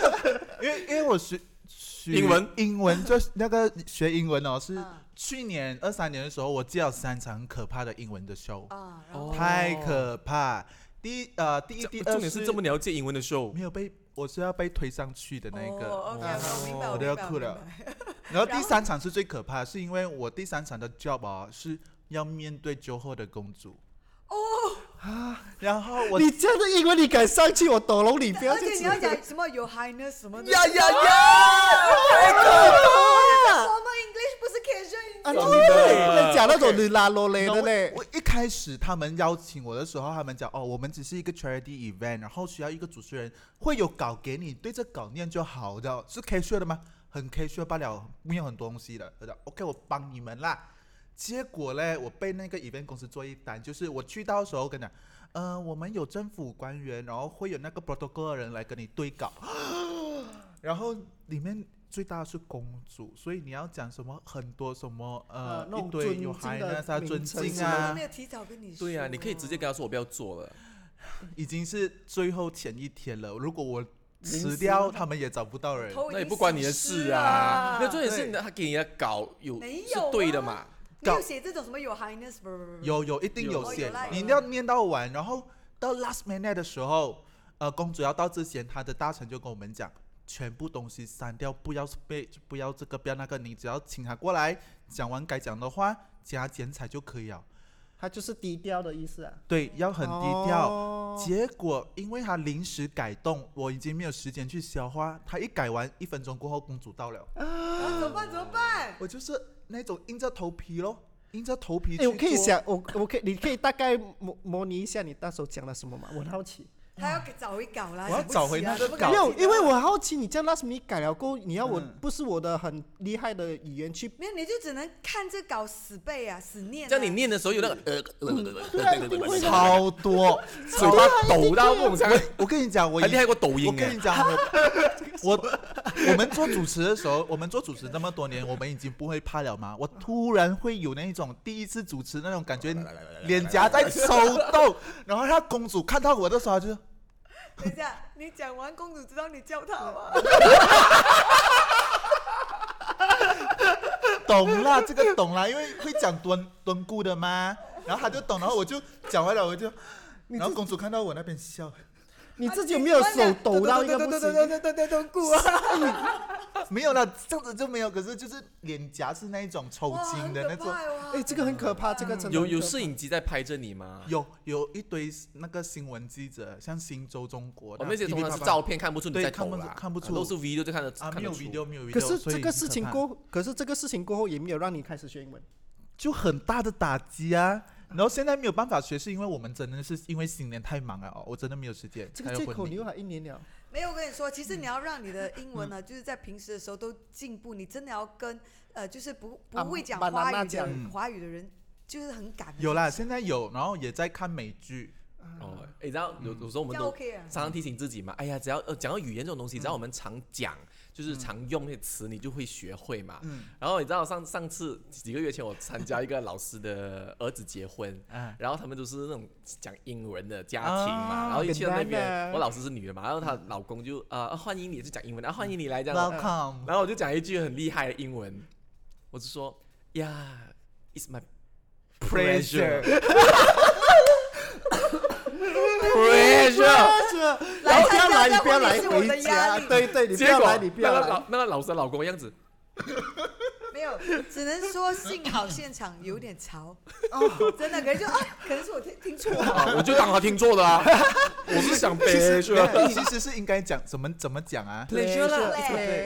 S2: 因为因为我学学
S4: 英文
S2: 英文就是那个学英文哦，是
S3: 嗯
S2: 去年二三年的时候，我接了三场很可怕的英文的 show，
S3: 啊，然后
S4: 哦
S2: 太可怕。第一呃，第一第
S4: 重
S2: 二
S4: 重点是这么了解英文的 show，
S2: 没有被，我是要被推上去的那一个。
S3: 哦，OK，我明白，
S2: 我
S3: 我
S2: 都
S3: 明
S2: 要
S3: 白
S2: 哭。
S3: 我
S2: 了
S3: 明白。
S2: 然后第三场是最可怕，是因为我第三场的 job 啊是要面对酒后的公主。哦啊，然后我
S1: 你这样的英文你敢上去，我抖聋你，不要
S3: 而
S1: 这
S3: 且你要
S1: 样子。
S3: 讲什么 Your Highness 什么的，
S2: 呀呀呀！
S3: 我们 English 不是 casual
S1: 啊，
S3: English。
S1: 对，讲那种你拉罗雷
S2: 然后
S1: 的
S2: 我
S1: 嘞。
S2: 我一开始他们邀请我的时候，他们讲哦，我们只是一个 charity event，然后需要一个主持人会有稿给你，对着稿念就好的，是 casual 的吗？很 casual 罢了，没有很多东西的。我讲 OK，我帮你们啦。结果嘞，我被那个 event 公司做一单，就是我去到的时候跟你讲，呃，我们有政府官员，然后会有那个 protocol 的人来跟你对稿， 然后里面。最大的是公主，所以你要讲什么很多什么呃
S1: 呃那种
S2: 一堆有
S1: 尊敬
S2: 含
S1: 的
S2: 那啥
S1: 名
S2: 尊
S1: 称
S2: 敬
S1: 是
S3: 我
S1: 吗
S2: 啊
S3: 们没，有提早跟你说。
S4: 对呀，你可以直接跟他说我不要做了。
S2: 已经是最后前一天了。如果我
S1: 临
S2: 辞
S1: 时
S2: 掉，他们也找不到人。
S3: 头已经
S4: 那也不关你的事啊。那重点是你的他给你的稿有
S3: 没
S4: 是
S3: 有
S4: 对
S3: 啊
S4: 的嘛？
S3: 没有写这种什么 Your Highness 不不不，
S2: 有有一定
S4: 有
S2: 有写
S3: 有啦有啦，
S2: 你一定要念到完。然后到 last minute 的时候，呃，公主要到之前，她的大臣就跟我们讲，全部东西删掉，不要被不要这个不要那个，你只要请她过来，讲完该讲的话，加剪彩就可以了。
S1: 他就是低调的意思啊，
S2: 对，要很低调。
S1: 哦
S2: 结果因为他临时改动，我已经没有时间去消化。他一改完，一分钟过后，公主到了。
S3: 啊怎么办？怎么办？
S2: 我就是那种硬着头皮咯，硬着头皮去
S1: 哎，
S2: 做。
S1: 我可以想，我我可以，你可以大概模模拟一下你那时候讲了什么吗？我很好奇。
S3: 他要找回稿啦，
S2: 我要
S3: 什么
S2: 找回
S3: 戏啊
S2: 那个
S3: 都不
S2: 搞稿
S3: 敢
S1: 没有
S3: 记，得
S1: 因为我好奇你这 last minute 改了过后，你要我
S2: 嗯
S1: 不是我的很厉害的语言去，
S3: 没有，你就只能看这稿死背啊，死念、啊。
S4: 像你念的时候有那个呃，
S1: 对啊，一定会的。
S2: 超多，
S4: 嘴巴抖到那种像，
S2: 我跟你讲，我
S4: 还
S2: 一
S4: 厉害过抖
S2: 我
S4: 音
S2: 跟
S4: 哎
S2: 你。讲，我我我们做主持的时候，我们做主持那么多年，我们已经不会怕了吗？我突然会有那一种第一次主持那种感觉，脸颊在抽动，然后让公主看到我的时候，她就
S3: 等一下，你讲完公主知道你叫她吗？
S2: 懂啦，这个懂啦，因为会讲蹲蹲固的嘛，然后她就懂，然后我就讲完了，我就。然后公主看到我那边笑，
S1: 你自己有没有手抖到一个不
S3: 对对
S1: 行？
S3: 对对对对，鼓啊！
S2: 没有啦，这样子就没有。可是就是脸颊是那一种抽筋的那种，
S1: 哎，这个很可怕，这个真的
S4: 有
S1: 很可
S4: 有
S1: 怕
S4: 摄影机在拍着你吗？
S2: 有有一堆那个新闻记者，像新洲中国，
S4: 哦，那些
S2: 然后
S4: 通常是
S2: 噼里啪啦
S4: 照片看不出你
S2: 对
S4: 在
S2: 看
S4: 抖
S2: 不
S4: 啦，
S2: 出看不出
S4: 都是 video 就看得
S2: 啊，
S4: 看
S2: 没
S4: 得
S2: 有
S4: 出
S2: video，没有 video，
S1: 可是
S2: 所以
S1: 这个
S2: 很
S1: 事
S2: 可
S1: 情
S2: 怕
S1: 过后，可是这个事情过后也没有让你开始学英文。
S2: 就很大的打击啊。然后现在没有办法学，是因为我们真的是因为新年太忙了哦，我真的没有时间。
S1: 这个
S2: 还有
S1: 借
S2: 婚
S1: 口
S2: 礼
S1: 你又还一年了，
S3: 没有，我跟你说，其实你要让你的英文呢，就是在平时的时候都进步，你真的要跟呃，就是不不会讲华语的人，华语的人就是很感
S2: 有啦，，现在有，然后也在看美剧。
S4: 哦，诶你知道有有时候我
S3: 这
S4: 们
S3: 样
S4: 都
S3: OK 啊。
S4: 常常提醒自己嘛，哎呀，只要呃讲到语言这种东西，只要我们常讲，就是常用那些词，你就会学会嘛。
S2: 嗯
S4: 然后你知道上上次几个月前我参加一个老师的儿子结婚，
S2: 啊，
S4: 然后他们都是那种讲英文的家庭嘛，
S2: 啊
S4: 然后一去到那
S1: 简单
S4: 边，
S1: 啊
S4: 我老师是女的嘛，然后她老公就呃啊欢迎你，就讲英文，啊欢迎你来这样，
S2: Welcome，
S4: 然后我就讲一句很厉害的英文，我就说呀，it's my pressure pressure。
S1: 然后不要
S3: 来参
S1: 来，
S3: 加
S1: 你不要来
S3: 这婚礼是我的
S1: 回
S3: 压
S1: 家，
S3: 力
S1: 对对，你不
S4: 结
S1: 要
S4: 果
S1: 来，你不要
S4: 那个
S1: 来
S4: 老。那个老师的老公的样子，
S3: 没有，只能说幸好现场有点潮，真的，可能就啊，可能是我听听错了。
S4: 啊我就当他听错的 啊，我是想
S2: 其
S4: pressure
S1: 哎
S2: 实其实是应该讲怎么怎么讲啊
S4: pleasure 啦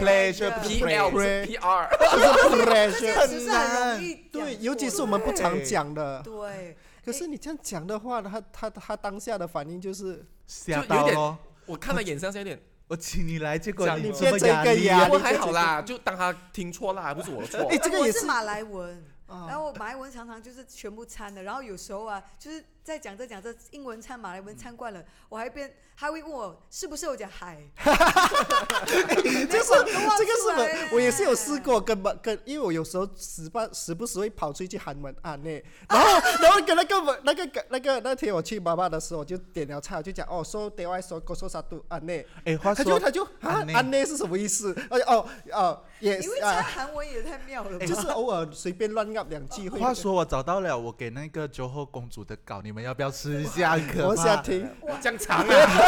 S2: Pleasure，
S4: P L 不是 P R，
S3: 这
S1: pressure，
S3: 只是很容易讲错
S1: 对，尤其是我们不常讲的。
S3: 对，
S1: 可是你这样讲的话，他他他当下的反应就是，
S2: 吓
S4: 就有
S2: 到
S4: 点
S2: 咯。
S4: 我看他眼上是有点，
S2: 我请你来，结果
S4: 讲
S2: 你
S4: 你
S2: 这么
S1: 变成一
S2: 压
S1: 个
S2: 力
S1: 压
S4: 不
S1: 力
S4: 过还好啦，就当他听错啦，不是我的 错。
S1: 哎，这个
S3: 我
S1: 也
S3: 是
S1: 是
S3: 马来文，
S1: 啊
S3: 然后我马来文常常就是全部掺的，然后有时候啊，就是在讲着讲着英文掺马来文掺惯了，我还变还会问我是不是我讲 海，
S1: 就是
S3: 忘
S1: 这个
S3: 出
S1: 是
S3: 来了
S1: 我我也是有试过跟吧跟，因为我有时候时不时不时会跑出去喊门啊那，然后然后跟那个文那个那个那天我去妈妈的时候，我就点了菜，我就讲哦说得外说说啥都啊那，
S2: 哎，话
S1: 他就
S2: 说
S1: 他就啊
S2: 安内
S1: 啊那是什么意思？而且哦哦也
S3: 因为掺
S1: 啊，
S3: 韩文也太妙 了吧，
S1: 就是偶尔随便乱噏两句会。
S2: 话说我找到了我给那个酒后公主的稿，你们要不要吃一下？很可
S1: 我
S2: 怕
S1: 想，听，
S4: 这样长啊！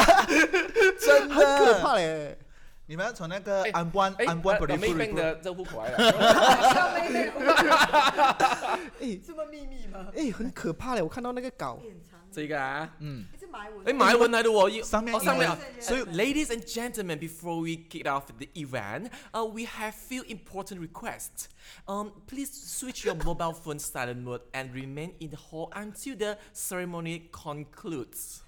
S2: 真的
S1: 很可怕嘞。
S2: 你们要从那个
S4: 哎
S2: 安关
S4: 哎，
S2: 安关
S4: 呃
S2: 不
S4: 妹妹
S2: 的
S4: 的这户口来了，
S3: 没 没
S1: 哎
S3: 这么秘密吗？
S1: 哎，很可怕嘞！我看到那个稿，
S3: 典藏，
S4: 这个啊，
S2: 嗯，
S3: 哎这马来文，
S4: 哎，马来文来的我，
S2: 上面
S4: 哦上面啊
S3: 英文
S4: 所以，ladies and gentlemen, before we kick off the event, uh, we have few important requests. Um, please switch your mobile phone silent mode and remain in the hall until the ceremony concludes.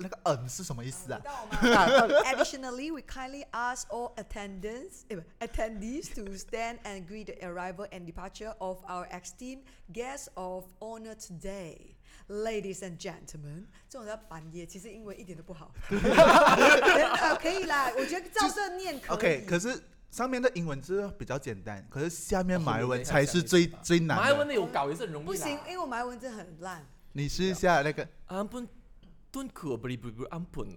S2: 那个嗯是什么意思啊
S3: 知？道吗 Additionally, we kindly ask all attendants, eh, attendees to stand and greet the arrival and departure of our esteemed guest of honor today. Ladies and gentlemen，这种要半夜，其实英文一点都不 好。真的可以啦，我觉得照这念可以。
S2: OK，可是上面的英文字比较简单，可是下面马来文才
S4: 后
S2: 是
S4: 面
S2: 最最难的。
S4: 马来文的有搞也是很容易
S3: 不行，
S4: 啦
S3: 因为我马来文真的很烂。
S2: 你试一下那个
S4: Ampun tunku beri beri beri ampun，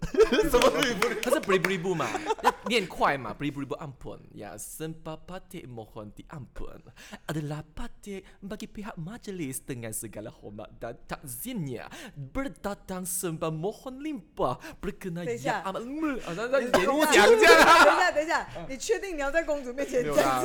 S4: 什么 beri beri？它是 beri beri bu 嘛，要念快嘛，beri beri bu ampun。Ya sempapati mohon di ampun adalah pati bagi pihak majelis dengan segala hormat dan takzimnya berdatang sembah mohon limpah berkenan
S3: 等一下
S4: ya amat mu。好像在演讲
S3: 等一下，
S4: 这样。
S3: 等一下，等一下，你确定你要在公主面前
S4: 没有
S3: 讲
S4: 啦？，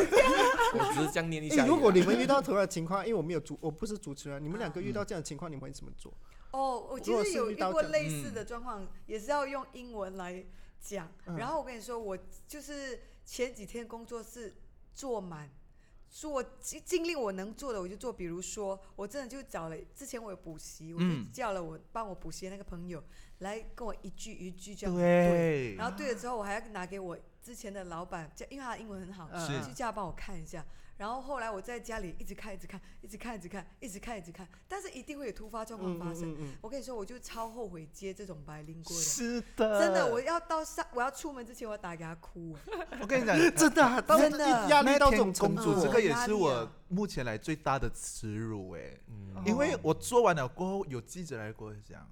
S4: 我只是这样念一下而已
S1: 哎，
S4: 啦。
S1: 如果你们遇到同样的情况，因为我没有主，我不是主持人，你们两个遇到这样的情况，你们会怎么做？
S3: 哦，我其
S1: 如果
S3: 实
S1: 是
S3: 有
S1: 遇
S3: 遇
S1: 到
S3: 过
S1: 这样嗯
S3: 类似的状况，也是要用英文来
S1: 嗯
S3: 讲。然后我跟你说，我就是前几天工作室坐满，所以我尽尽力我能做的我就做，比如说我真的就找了，之前我有补习，我就
S2: 嗯
S3: 叫了我帮我补习的那个朋友来跟我一句一句这样对，
S2: 对，
S3: 然后对了之后我还要拿给我之前的老板，叫因为他的英文很好，
S1: 嗯
S2: 是
S3: 就叫他帮我看一下。然后后来我在家里一直看，一直看，一直看，一直看，一直看，一直看，但是一定会有突发状况
S1: 嗯
S3: 发生。
S1: 嗯嗯
S3: 我跟你说，我就超后悔接这种白领过的。
S2: 是的，
S3: 真的，我要到上，我要出门之前，我要打给他 哭。
S2: 我跟你讲，
S1: 嗯 真的啊，到
S3: 真的
S1: 压力
S2: 那
S1: 到
S2: 天
S1: 这种程
S2: 公
S1: 度
S2: 主这
S1: 哦
S2: 个也
S3: 压
S2: 是
S3: 力
S2: 我
S3: 啊
S2: 目前来最大的耻辱哎、
S4: 嗯
S1: 哦
S2: 因为我做完了过后，有记者来跟我讲，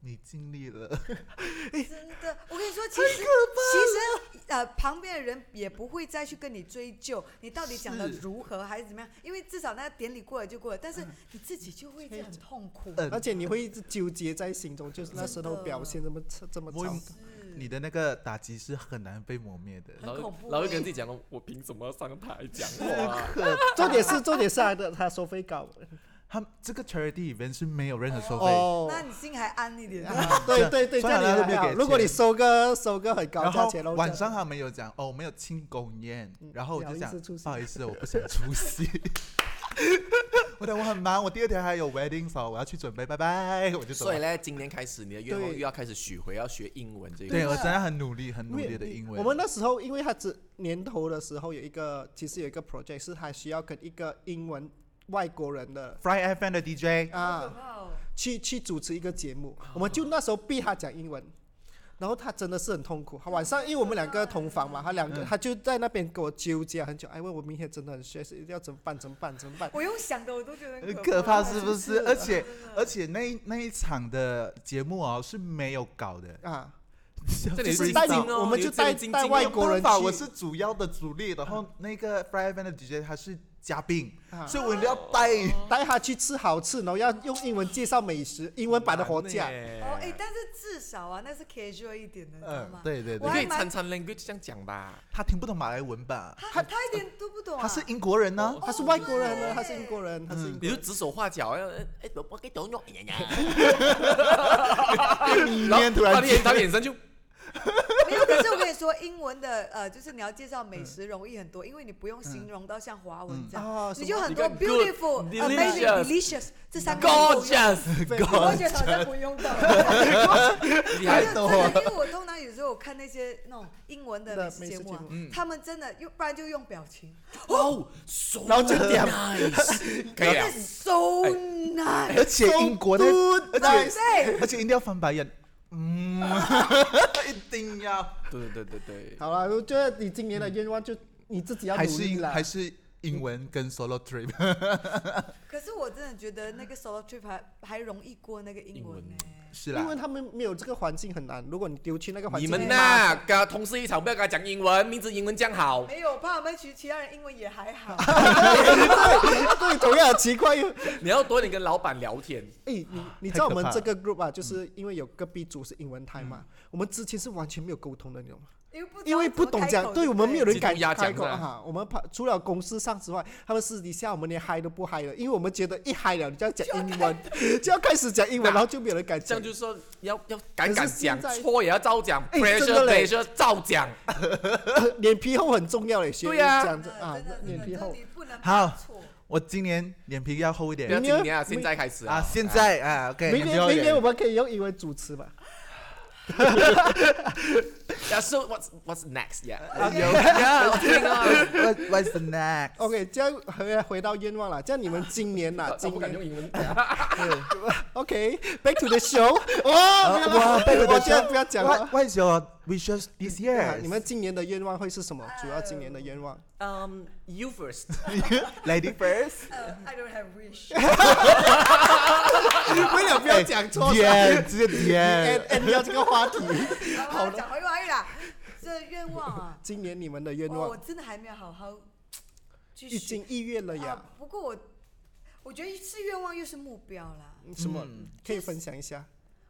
S2: 你尽力了，
S3: 真的，我跟你说，其实其实呃，旁边的人也不会再去跟你追究你到底讲的
S2: 是
S3: 如何还是怎么样，因为至少那个典礼过了就过了，但是你自己就会很痛苦。
S2: 嗯
S1: 而且你会一直纠结在心中，就是那时候表现这么差这么
S2: 我
S1: 糟。
S2: 你的那个打击是很难被磨灭的。
S4: 然
S3: 很
S4: 后
S3: 恐怖
S4: 然后
S3: 欸
S4: 就跟自己讲了，我凭什么上台讲话啊？
S1: 重点是重点是他的他收 费高
S2: 他们这个 charity event 是没有任何收费，
S1: 哦，
S3: 那你心还安一点呢。
S1: 啊对对对，
S2: 虽
S1: 这
S2: 然
S1: 样
S2: 他
S1: 你
S2: 都没
S1: 还
S2: 给
S1: 好。
S2: 钱
S1: 如果你收个收个很高
S2: 然
S1: 价
S2: 后
S1: 钱，然后
S2: 晚
S1: 讲
S2: 上他们有讲哦，我们有庆功宴，然后我
S1: 嗯不好
S2: 就
S1: 意
S2: 讲
S1: 思出席
S2: 不好意思，我不想出席。 我讲我很忙，我第二天还有 wedding，所以我要去准备，拜拜，我就走
S4: 所以
S2: 了。
S4: 呢，今年开始你的愿望又要开始许回，要学英文这个。
S2: 对
S1: 啊
S2: 我真的很努力，很
S1: 因
S2: 努
S1: 为
S2: 力的英文。
S1: 我们那时候，因为他只年头的时候有一个，其实有一个 project 是他需要跟一个英文外国人的
S2: Fry FM 的 DJ，
S3: 好可
S1: 啊
S3: 怕哦！
S1: 去去主持一个节目，
S2: 啊
S1: 我们就那时候逼他讲英文。然后他真的是很痛苦，他晚上因为我们两个同房嘛，他两个、
S2: 嗯
S1: 他就在那边跟我纠结很久，哎，问我明天真的很 stress，一定要怎么办？怎么办？怎么办？
S3: 我用想的我都觉得
S2: 很
S3: 很
S2: 可 怕是不
S3: 是？
S2: 是？而且
S3: 真的
S2: 而且那一那一场的节目哦是没有搞的，
S1: 啊，
S4: 这里
S1: 就是是带
S4: 精
S1: 你
S4: 哦
S1: 我们
S4: 你
S1: 就
S4: 这里
S1: 带
S4: 精
S1: 带
S4: 精
S1: 外
S4: 哦
S1: 国人
S2: 没有办法
S1: 去
S2: 我是主要的主力，然后那个 Fry FM 的 DJ 他是嘉宾，
S1: 啊哦
S2: 所以我一定要带。
S1: 带他去吃好吃，然后要用英文介绍美食，英文版的活价。
S3: 哦，哎，但是至少啊，那是 casual 一点的，你知道
S2: 嗯
S3: 吗，？
S2: 对
S4: 你
S2: 对
S3: 我
S4: 可
S2: 对，
S3: 还
S4: 以参参 language 这样讲吧。
S2: 他听不懂马来文吧？
S3: 他他一点都不懂啊。
S2: 他是英国人呢
S4: 哦，
S1: 他是外国人
S3: 对
S1: 呢，他是英国人，他
S2: 嗯
S1: 是英
S4: 你
S1: 国
S4: 就
S1: 人。
S4: 指手画脚，哎哎，我我给懂诺呀呀，
S2: 里
S4: 然后
S2: 面突
S1: 哦
S2: 然
S4: 他的眼
S2: 间
S4: 他的眼神就
S3: 没有，可是我跟你说，英文的呃，就是你要介绍美食容易很多，因为你不用形容到像华文这样，
S1: 哦
S3: 你就很多
S4: 你看
S3: beautiful、
S4: good, delicious
S3: amazing、delicious 这三个我觉
S4: gorgeous，
S3: 得好像不用 到。没
S4: 你
S3: 有
S4: 还
S3: 真
S2: 懂
S3: 的，因为我通常有时候我看那些那种英文的美
S1: 的
S3: 食
S1: 美
S3: 节
S1: 食
S3: 目啊
S1: 节目，
S2: 嗯
S3: 他们真的用不然就用表情，
S4: 哦，so
S1: 然后就点
S4: nice，可
S3: 真
S4: 以啊
S3: 的，
S1: 哎
S3: so nice。
S2: 而且英国的，而且
S3: 对，
S2: 而且一定要翻白眼， 嗯，一定要，
S4: 对对对对
S1: 好了，我觉得你今年的愿望就你自己要
S2: 还
S1: 努
S2: 是
S1: 力
S2: 英
S1: 啦
S2: 还。是英文跟 solo trip。
S3: 可是我真的觉得那个 solo trip 还还容易过那个英
S4: 英
S3: 文
S4: 文
S3: 呢。
S2: 是啦
S1: 因为，他们没有这个环境很难，如果你丢去那个环
S4: 你
S1: 境，
S4: 们
S1: 很麻
S4: 呐
S1: 烦，
S4: 跟同事一场，不要跟他讲英文，明知英文这样好。
S3: 没有，我怕我们其其他人英文也还好。
S1: 对，同样很奇怪又，
S4: 你要多点跟老板聊天，
S1: 哎，你你
S2: 太
S1: 知道
S2: 可
S1: 我们
S2: 怕
S1: 这个 group 啊，就是因为有个 B 组是英文台嘛，我们之前是完全没有沟通的，你懂吗？
S3: 因为不知道
S1: 因为
S3: 怎么
S1: 不懂
S3: 嗯开
S1: 讲，
S3: 口
S1: 对
S3: 不
S1: 我们没有人
S4: 鸡
S1: 敢
S4: 同鸭
S1: 开
S4: 讲
S1: 口啊
S4: 是吧
S1: 哈。我们怕除了公司上之外，他们私底下我们连嗨都不嗨了，因为我们觉得一嗨了，你就要讲英文，就要开始讲英文，然后就没有人敢
S4: 这
S1: 讲
S4: 样。就是说要要敢
S1: 可
S4: 敢
S1: 是
S4: 讲，
S1: 现在
S4: 错也要照讲
S1: 哎真的
S4: ，pressure
S1: 嘞
S4: pressure 照讲。
S1: 脸皮厚很重要嘞，学
S4: 对啊
S1: 这样
S3: 真
S1: 子
S3: 的
S1: 啊
S3: 呃真的，真
S1: 脸
S3: 的
S1: 皮
S3: 这
S1: 厚
S3: 里不能
S2: 好
S3: 犯错
S2: 我今年脸皮要厚一
S4: 不要
S2: 点
S1: 你
S4: 今年啊，
S1: 明
S4: 现在开始
S2: 啊！现在啊，OK，
S1: 明
S2: 脸皮
S1: 年
S2: 厚一
S1: 明
S2: 点
S1: 年我们可以用英文主持吧？
S4: Yeah, so what's what's next? Yeah.
S2: Okay.
S4: Yeah, what's going on?
S2: 哎 What- What's the next？
S1: OK，这样回回到愿望了。这样你们今年呐、
S4: 我
S1: 今
S4: 不敢用
S1: 年
S4: 英文讲。
S1: OK，back、to the show。哦，没有
S2: 啊哇
S1: 了，
S2: 贝贝
S1: 我
S2: 的
S1: 现在不要讲了。
S2: What is your wishes this
S1: 啊
S2: year？
S1: 你们今年的愿望会是什么？主要今年的愿 望
S4: Um, you first.
S2: lady first？
S3: 呃，I don't have wish。
S1: 为了不要讲错
S2: 点 直接
S1: ，end
S2: 点。
S1: end 掉这个话题。，
S3: 好了，讲回来啦。这愿望啊哦
S1: 今年你们的 愿
S3: 哇我
S1: 望
S3: 真的还没有好 好继
S1: 已
S3: 续
S1: 经一月了呀
S3: 啊，。不过我，我觉得是愿望又是目标啦。
S1: 什么
S2: 嗯
S1: 可以分享一下？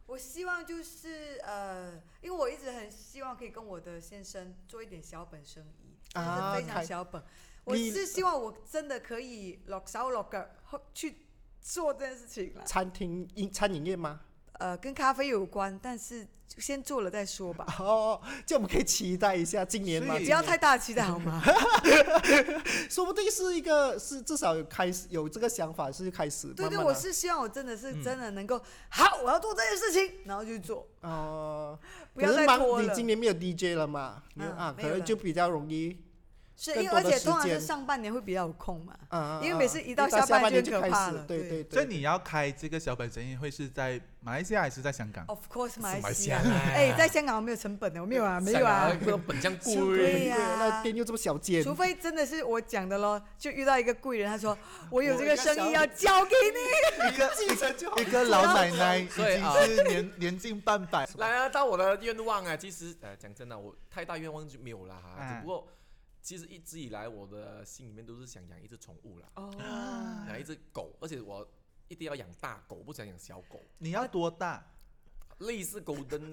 S3: 我希望就是呃，因为我一直很希望可以跟我的先生做一点小本生意，就
S1: 啊
S3: 是非常
S1: 开
S3: 小本。我
S1: 你
S3: 是希望我真的可以落手落脚去做这件事情啦。
S1: 餐厅饮餐饮业吗？
S3: 呃，跟咖啡有关，但是就先做了再说吧，
S1: 哦，这我们可以期待一下今年嘛，
S2: 所 以
S3: 不
S1: 今
S3: 要
S1: 年
S3: 太大期待好 吗？
S1: 说不定是一个是至少有开始有这个想法是开始
S3: 对
S1: 慢
S3: 对，
S1: 慢
S3: 我
S1: 的
S3: 是希望我真的是
S2: 嗯
S3: 真的能够、好，我要做这件事情，然后就做，
S1: 哦，
S3: 不
S1: 可
S3: 要
S1: 是
S3: 再
S1: 忙
S3: 拖
S1: 你
S3: 了。
S1: 今年没有 DJ 了嘛，你
S3: 嗯
S1: 啊
S3: 没
S1: 可
S3: 有
S1: 能
S3: 了
S1: 就比较容易
S3: 是
S1: 更
S3: 因为
S1: 多
S3: 而
S1: 的
S3: 且
S1: 时
S3: 通常是
S1: 间
S3: 上半年会比较有空嘛，
S1: 啊啊，
S3: 因为
S1: 啊
S3: 每次一
S1: 一
S3: 到下
S1: 到
S3: 半
S1: 半
S3: 年
S1: 年
S3: 就
S1: 就
S3: 可
S1: 开
S3: 怕
S1: 始
S3: 了，
S1: 对
S3: 对
S1: 对，
S2: 所以
S1: 对
S2: 你要开这个小本生意会是在马来西亚还是在香港？
S3: Of course，马
S4: 马
S3: 来西亚。
S4: 来西亚
S3: 哎、在香港我没有成本的，我没有 啊，没有啊
S4: 想。要本将
S1: 像
S3: 贵
S4: 贵，
S1: 对
S3: 呀
S1: 那店又这么小间，
S3: 除非真的是我讲的咯，就遇到一个贵人，他说我有
S1: 我
S3: 这个
S1: 应该
S3: 生意
S1: 想
S3: 要交给你，
S2: 一个
S1: 继承就好
S2: 一个老奶奶已经
S4: 对啊
S2: 是年年近半百，
S4: 来啊，到我的愿望啊，其实呃，讲真的，我太大愿望就没有啦，
S3: 啊
S2: 嗯
S4: 只不过其实一直以来我的心里面都是想养一只宠物啦，
S3: 哦，
S4: 养一只狗，而且我一定要养大狗，不想养小 狗，
S2: 你要多大？
S4: 类似狗灯。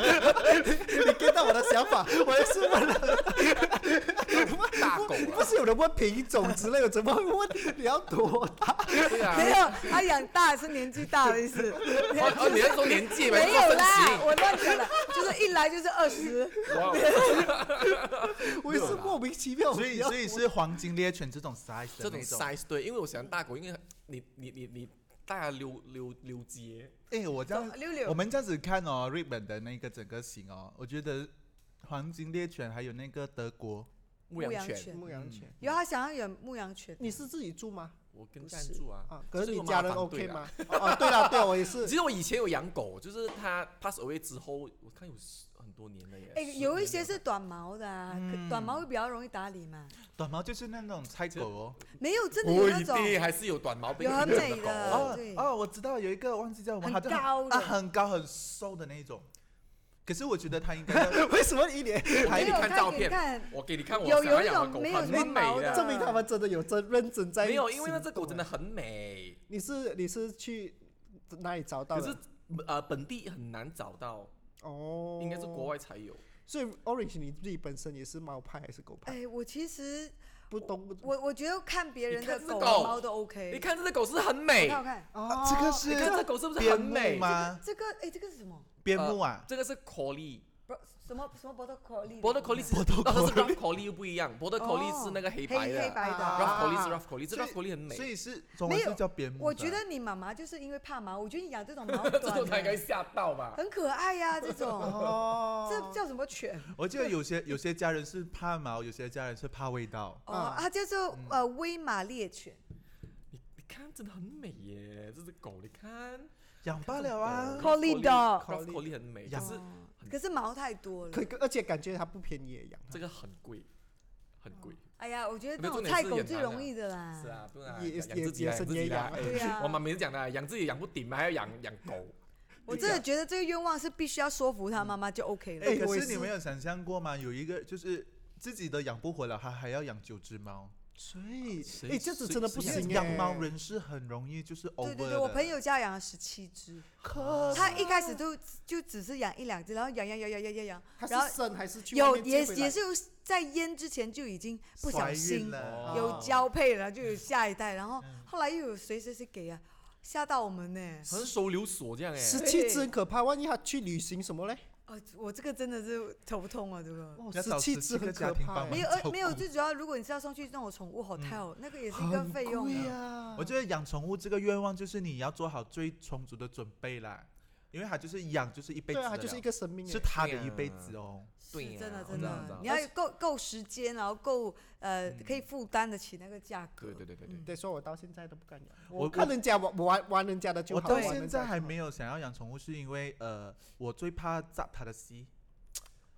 S1: 你 get 到我的想法， 我也是问了，
S4: 大狗
S1: 不
S4: 啊，
S1: 是有人问品种之类的，怎么会问你要多大？
S4: 对 啊，
S3: 没有，他养大是年纪大的意思，
S4: 哦哦，你在说年纪吧，
S3: 没有啦，
S4: 说
S3: 我乱讲了，就是一来就是二十，
S4: 身形，哇
S1: 我也是莫名其妙，
S2: 所以
S1: 要
S2: 所以是黄金猎犬这种 size 的
S4: 这种
S2: 那
S4: size 对，因为我喜欢大狗，因为你你你你带它溜溜溜街，
S2: 哎，我这样
S3: 六
S2: 我
S3: 六，
S2: 们这样子看哦，日本的那个整个型哦，我觉得黄金猎犬还有那个德国，
S4: 牧
S3: 牧
S4: 羊
S3: 羊
S4: 犬，
S3: 犬
S1: 牧羊
S4: 嗯
S1: 犬。
S3: 有他想要养牧羊犬，
S1: 你是自己住吗？
S4: 我
S3: 不
S4: 跟
S3: 是
S4: 赞助啊，
S1: 啊，
S4: 这
S1: 可是
S4: 是
S1: 你
S4: 我妈
S1: 家人
S4: 反
S1: OK
S4: 对啦
S1: 吗？哦，哦对了，对了，我也是
S4: 其实我以前有养狗，就是它 pass away 之后，我看有十很多年了耶。
S3: 哎、
S4: 十年嗯
S3: 有一
S4: 了
S3: 些是短毛的、啊，可短毛会比较容易打理嘛，
S2: 短毛就是那种菜狗哦。
S3: 没有真的有
S4: 不
S3: 那
S4: 一
S3: 种
S4: 定还是有短毛被
S3: 有很
S4: 认
S3: 美
S4: 狗
S3: 的
S4: 哦
S2: 哦
S3: 对
S2: 哦，我知道有一个忘记叫我们，好
S3: 很
S2: 像
S3: 高
S2: 啊，
S3: 的。
S2: 很高很瘦的那一种。可是我觉得它应该要
S3: 哦
S1: 为什么 一脸
S4: 我给
S3: 没
S4: 你
S3: 有
S4: 看照
S3: 给你
S4: 片，
S3: 看
S4: 我给你看我
S3: 有
S4: 想要
S3: 有一
S4: 养
S3: 种
S4: 的狗，
S3: 没有
S4: 很
S3: 什么毛
S4: 美
S3: 的
S1: 证明他们真的有真认真在？
S4: 啊没有，因为那只狗真的。很美，
S1: 你是你是去哪里找到
S4: 可
S1: 的？
S4: 是呃本地很难找到，
S1: 哦，
S4: 应该是国。外才有。
S3: 哦
S1: 所以 Orange 你自己本身也是猫派还是狗
S3: 哎、
S1: 派？
S3: 我其实
S1: 不懂不
S3: 我我觉得看别人
S4: 你
S3: 的
S4: 看这
S3: 狗
S4: 狗
S3: 啊猫都
S4: 你
S3: OK，
S4: 看这哎只狗是不是很美
S3: 很，好看。
S1: 哦
S2: 啊，这个
S4: 你看
S2: 是
S4: 这狗是不是
S2: 边
S4: 很
S2: 牧
S4: 美？
S2: 吗？
S3: 这个哎、这个是什么？
S2: 边牧啊，
S4: 这个是 collie。
S3: 不什么什么 border collie？
S4: border collie 是
S2: Border
S4: 那它是 rough collie 又不一样，border collie 是那个黑白
S3: 黑哦黑
S4: 的
S3: 白的。
S1: 啊
S4: ，rough collie 是 rough collie，这
S2: 所以
S4: rough collie 很美
S2: 所，以是中文
S3: 没有
S2: 是叫边牧的。
S3: 我觉得你妈妈就是因为怕毛，我觉得你养这种 毛
S4: 这种它应
S3: 短
S4: 该
S3: 的
S4: 吓到吧？
S3: 很可爱呀、这种。
S1: 哦，
S3: 这叫什么犬？
S2: 我记得有些有些家人是怕毛，有些家人是怕味道。
S4: 嗯
S3: 哦
S1: 啊，
S3: 它叫做呃威马猎犬。
S4: 你看真的很美耶，这只狗你看
S2: 养罢了啊，
S3: Collie dog
S4: ，rough collie 很美，
S2: 养
S4: 可是
S3: 哦
S4: 很
S3: 可是毛太多了
S1: 可。可而且感觉它不便宜耶养
S4: 这个很贵，很贵。
S3: 哎呀，我觉得
S4: 没
S3: 那
S4: 有重
S3: 种
S4: 点是
S3: 菜狗
S4: 也
S3: 最
S4: 难
S3: 容
S4: 啊
S3: 易的啦。
S4: 是啊，不然
S1: 也
S4: 养养
S1: 也
S4: 自己啊，
S1: 也
S4: 养
S1: 是
S4: 自己啊。
S1: 也养
S4: 哎
S3: 对啊
S4: 我妈每次讲的，养自己养不顶，还要养养狗。
S3: 我真的觉得这个愿望是必须要说服他妈妈就 OK 了。
S2: 哎，
S1: 哎我
S2: 可
S1: 也
S2: 是你
S1: 是
S2: 们有想象过吗？有一个就是自己的养不活了，还还要养九只猫，
S1: 所以
S4: 谁
S1: 哎，这样子真的不
S2: 其实
S1: 行耶
S2: 养猫人是很容易就是 over
S3: 欸对对对，
S2: 的
S3: 我朋友家养了十七只，
S2: 可
S3: 他一开始就就只是养一两只，然后养养养养养养养，
S1: 它
S3: 然后
S1: 是生还是去外
S3: 有
S1: 面
S3: 也
S1: 接回来
S3: 也是有在阉之前就已经不小
S2: 怀孕
S3: 心
S2: 了，
S3: 有
S1: 哦
S3: 交配了，就有下一代，然后
S2: 嗯
S3: 后来又有谁谁谁给啊，吓到我们呢。
S4: 好像收留所这样哎，
S1: 十
S3: 对
S1: 七只很可怕，万一它去旅行什么嘞？
S3: 哦，我这个真的是头痛啊，这个。
S1: 哦，
S2: 哎要找
S1: 七
S2: 17
S1: 只很
S2: 个家
S1: 可
S2: 庭
S1: 怕
S2: 帮忙
S1: 耶，
S3: 没有，呃
S2: 照
S3: 没有，
S2: 顾
S3: 最主要，如果你是要送去那种宠物 hotel，、那个也是一个
S1: 很
S3: 费用
S1: 贵
S3: 啊。
S1: 呀
S2: 我觉得养宠物这个愿望就是你要做好最充足的准备啦，因为它就是养就是一辈子
S1: 对
S2: 的
S1: 啊，
S2: 了，
S1: 它就是一个啊生命耶，
S2: 是它的一辈子哦。
S4: 对
S3: 是
S4: 呀
S3: 真的
S4: 我
S3: 真
S4: 知道我知
S3: 的
S4: 道，
S3: 你要有够够时间，然后够呃、可以负担得起那个价格。
S4: 嗯对对对对对，
S1: 对，所以我到现在都不敢养。
S2: 我
S1: 我看人家玩玩玩人家的就
S2: 我
S1: 好，
S2: 到
S1: 玩
S2: 现
S1: 人家
S2: 在还
S1: 就好
S2: 没有想要养宠物，是因为呃，我最怕扎它的戏。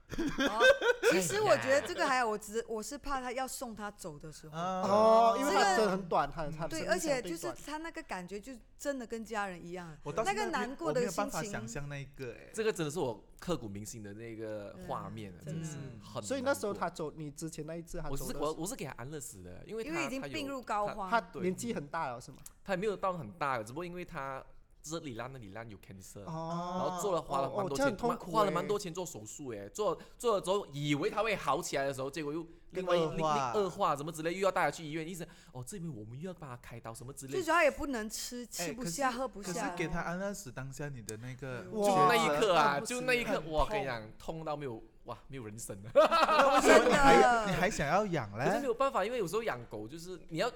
S3: 哦，
S4: 哎
S3: 其实我觉得这个还好，我只我是怕他要送他走的时候，
S2: 啊
S1: 哦，因为
S3: 这个
S1: 它真的很短，它它的
S3: 对，
S1: 生命
S3: 而且
S1: 相对
S3: 就是
S1: 短
S3: 他那个感觉就真的跟家人一样。
S2: 我到
S3: 那
S2: 现在
S3: 个
S2: 没
S3: 难过
S2: 我
S3: 的
S2: 没有办
S3: 心
S2: 法
S3: 情
S2: 想象那一个哎。
S4: 这个真的是我刻骨铭心的那个画面啊，
S3: 真
S4: 真
S3: 的
S4: 的是很。
S1: 所以那时候它走，你之前那一只它
S4: 我
S1: 走
S4: 是
S1: 的
S4: 我
S1: 时
S4: 我是给他安乐死的，因为
S3: 因为
S4: 他
S3: 已经
S4: 他有
S3: 病入膏
S4: 他
S1: 候，它
S3: 肓，
S4: 对
S1: 年纪很大了是吗？
S4: 他也没有到很大，只不过因为他这里烂那里烂有 cancer，、然
S1: 哦，
S4: 后做了花了
S1: 哦
S4: 蛮
S1: 哦
S4: 多
S1: 这样
S4: 钱，
S1: 很痛
S4: 蛮
S1: 苦
S4: 花了
S1: 欸
S4: 蛮多钱做手术哎，做做了之后以为他会好起来的时候，结果又另外一
S2: 恶
S4: 另另
S2: 化
S4: 恶化什么之类，又要带他去医院，医生哦这边我们又要帮他开刀什么之类
S3: 最
S4: 的，
S3: 主要也不能吃，吃
S2: 哎
S3: 不
S2: 可
S3: 下，
S2: 是
S3: 喝不
S2: 可是
S3: 下。
S2: 给他安乐死当下你的那个
S1: 哇
S4: 就
S2: 抉
S4: 那一
S2: 择
S4: 刻啊，
S1: 痛不
S4: 就
S1: 死
S4: 那一刻
S2: 很
S4: 哇，跟你
S2: 痛
S4: 讲痛到没有哇没有人生了，
S3: 真
S2: 你还
S3: 的
S2: 你还想要 养
S4: 可是没
S2: 嘞？
S4: 有办法，因为有时候养狗就是你要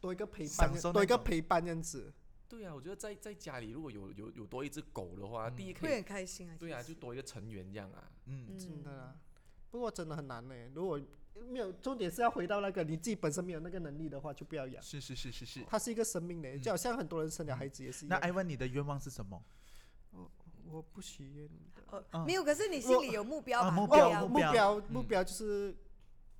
S1: 多一个陪
S2: 享
S1: 伴
S2: 受，
S1: 多一
S2: 那
S1: 个
S2: 种
S1: 陪伴这样子。
S4: 对啊，我觉得在在家里如果有有有多一只狗的话，
S2: 嗯
S4: 第一可
S3: 会
S4: 以
S3: 很开心啊。
S4: 对啊，
S3: 其
S4: 就
S3: 实
S4: 多一个成员这样啊。
S2: 嗯，
S1: 真的
S3: 嗯
S1: 啦，不过真的很难呢、如果没有，重点是要回到那个你自己本身没有那个能力的话，就不要养。
S2: 是是是是是。
S1: 它是一个生命呢、
S2: 嗯
S1: 就好像很多人生了孩子也是一
S2: 那哎
S1: 样。
S2: 艾文，你的愿望是什么？
S1: 我不许愿的
S3: 呃，
S2: 嗯
S3: 没有，可是你心里有目标
S2: 啊
S3: 吧？
S2: 目标
S1: 哦，
S2: 目
S1: 目
S2: 标
S1: 标
S2: 嗯
S1: 目标就是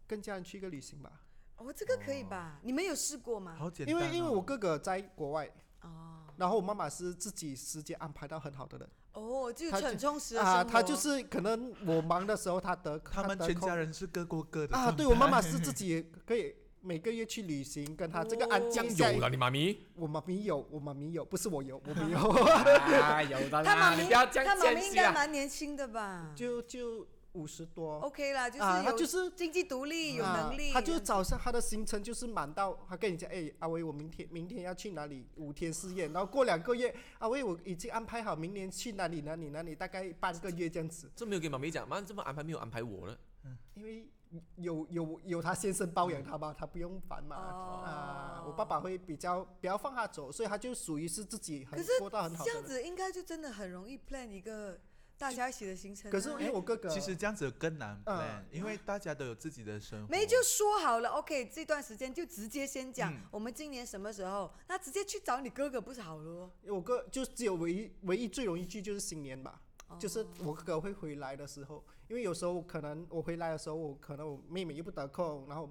S1: 跟家人去一个旅行吧，
S3: 哦，这个可以吧？你们有试过吗？
S2: 好简单
S1: 因
S2: 哦、
S1: 为因为我哥哥在国外，
S3: 哦
S1: 然后我妈妈是自己时间安排到很好的人
S3: 哦，就
S1: 他
S3: 很充实的
S1: 啊，
S3: 生
S1: 他
S3: 活
S1: 就是可能我忙的时候他得
S2: 他们
S1: 得
S2: 全
S1: 空
S2: 家人是各过各的
S1: 啊，
S2: 状
S1: 对我妈妈
S2: 态
S1: 是自己可以每个月去旅行，跟
S3: 哦
S1: 她这个安静
S4: 这
S1: 下
S4: 样有了，你妈咪？
S1: 我妈咪有，我妈咪有，不是我有，我没有。
S4: 啊，有的
S3: 他妈
S4: 啦，
S3: 咪
S4: 你不要这
S3: 他
S4: 样
S3: 妈
S4: 谦
S3: 咪应
S4: 虚
S3: 该
S4: 啊。
S3: 蛮年轻的吧？
S1: 就就五十多
S3: OK 啦，哦就是
S1: 啊，他
S3: 有
S1: 就是
S3: 经济独立，有
S1: 啊
S3: 能力。
S1: 他就早上他的行程就是满到，他跟你讲，哎，阿威，我明天明天要去哪里五天四夜，然后过两个月，阿威我已经安排好明年去哪里哪里哪里，大概半个月这样子，
S4: 这没有给妈咪讲，妈这么安排没有安排我了。
S1: 因为有有有他先生包养他吧，他不用烦嘛。
S3: 嗯哦
S1: 啊，我爸爸会比较不要放他走，所以他就属于是自己很
S3: 可是
S1: 过到很好
S3: 这
S1: 的
S3: 样
S1: 人。
S3: 子，应该就真的很容易 plan 一个大家一起的行程啊。
S1: 可是因为我哥
S4: 哎
S1: 哥，
S2: 其实这样子更难 plan，、
S1: 嗯
S2: 因为大家都有自己的生活。
S3: 没就说好了，OK，这段时间就直接先讲
S2: 嗯
S3: 我们今年什么时候，那直接去找你哥哥不是好了咯？
S1: 我哥就只有唯一唯一最容易聚就是新年吧，
S3: 哦
S1: 就是我哥哥会回来的时候，因为有时候我可能我回来的时候，我可能我妹妹又不得空，然后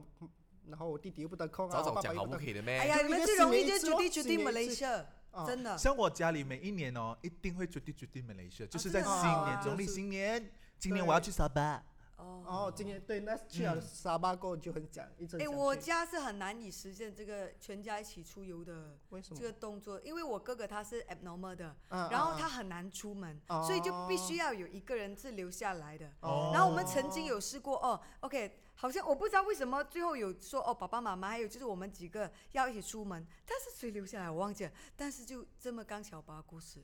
S1: 然后我弟弟又不得空啊，
S4: 早
S1: 我
S4: 早
S1: 爸爸
S4: 讲
S1: 又
S4: 好
S1: 不
S4: 不
S1: 得
S4: 可以
S1: 空。
S4: 的
S3: 哎
S4: 咩？
S3: 呀，
S1: 就
S3: 你
S1: 一
S3: 们
S1: 个
S3: 最容易
S1: 新
S3: 就
S1: 年一次
S3: j
S1: 咯
S3: u
S1: 新
S3: d
S1: 年
S3: m a
S1: 一
S3: y
S1: 次
S3: s i
S1: 啊
S3: 真的。
S2: 像我家里每一年哦，一定会 judy judy
S1: 哦
S2: Malaysia，就是在
S3: 真的啊
S2: 新年、
S3: 啊
S2: 农历
S1: 就是
S2: 新年，今年
S1: 对
S2: 我要去沙巴。
S3: 哦，
S4: 嗯
S1: 哦，今年对，那去了沙巴过后就很讲一阵想
S3: 嗯哎、
S1: 去。
S3: 我家是很难以实现这个全家一起出游的
S1: 为什么
S3: 这个动作，因为我哥哥他是 abnormal 的，
S1: 啊
S3: 然后
S1: 啊
S3: 他很难出门，
S1: 哦
S3: 所以就必须要有一个人是留下来的。
S2: 哦
S3: 然后我们曾经有试过哦，OK，好像我不知道为什么最后有说哦，爸爸妈妈还有就是我们几个要一起出门，但是谁留下来我忘记了，但是就这么刚巧吧故 事，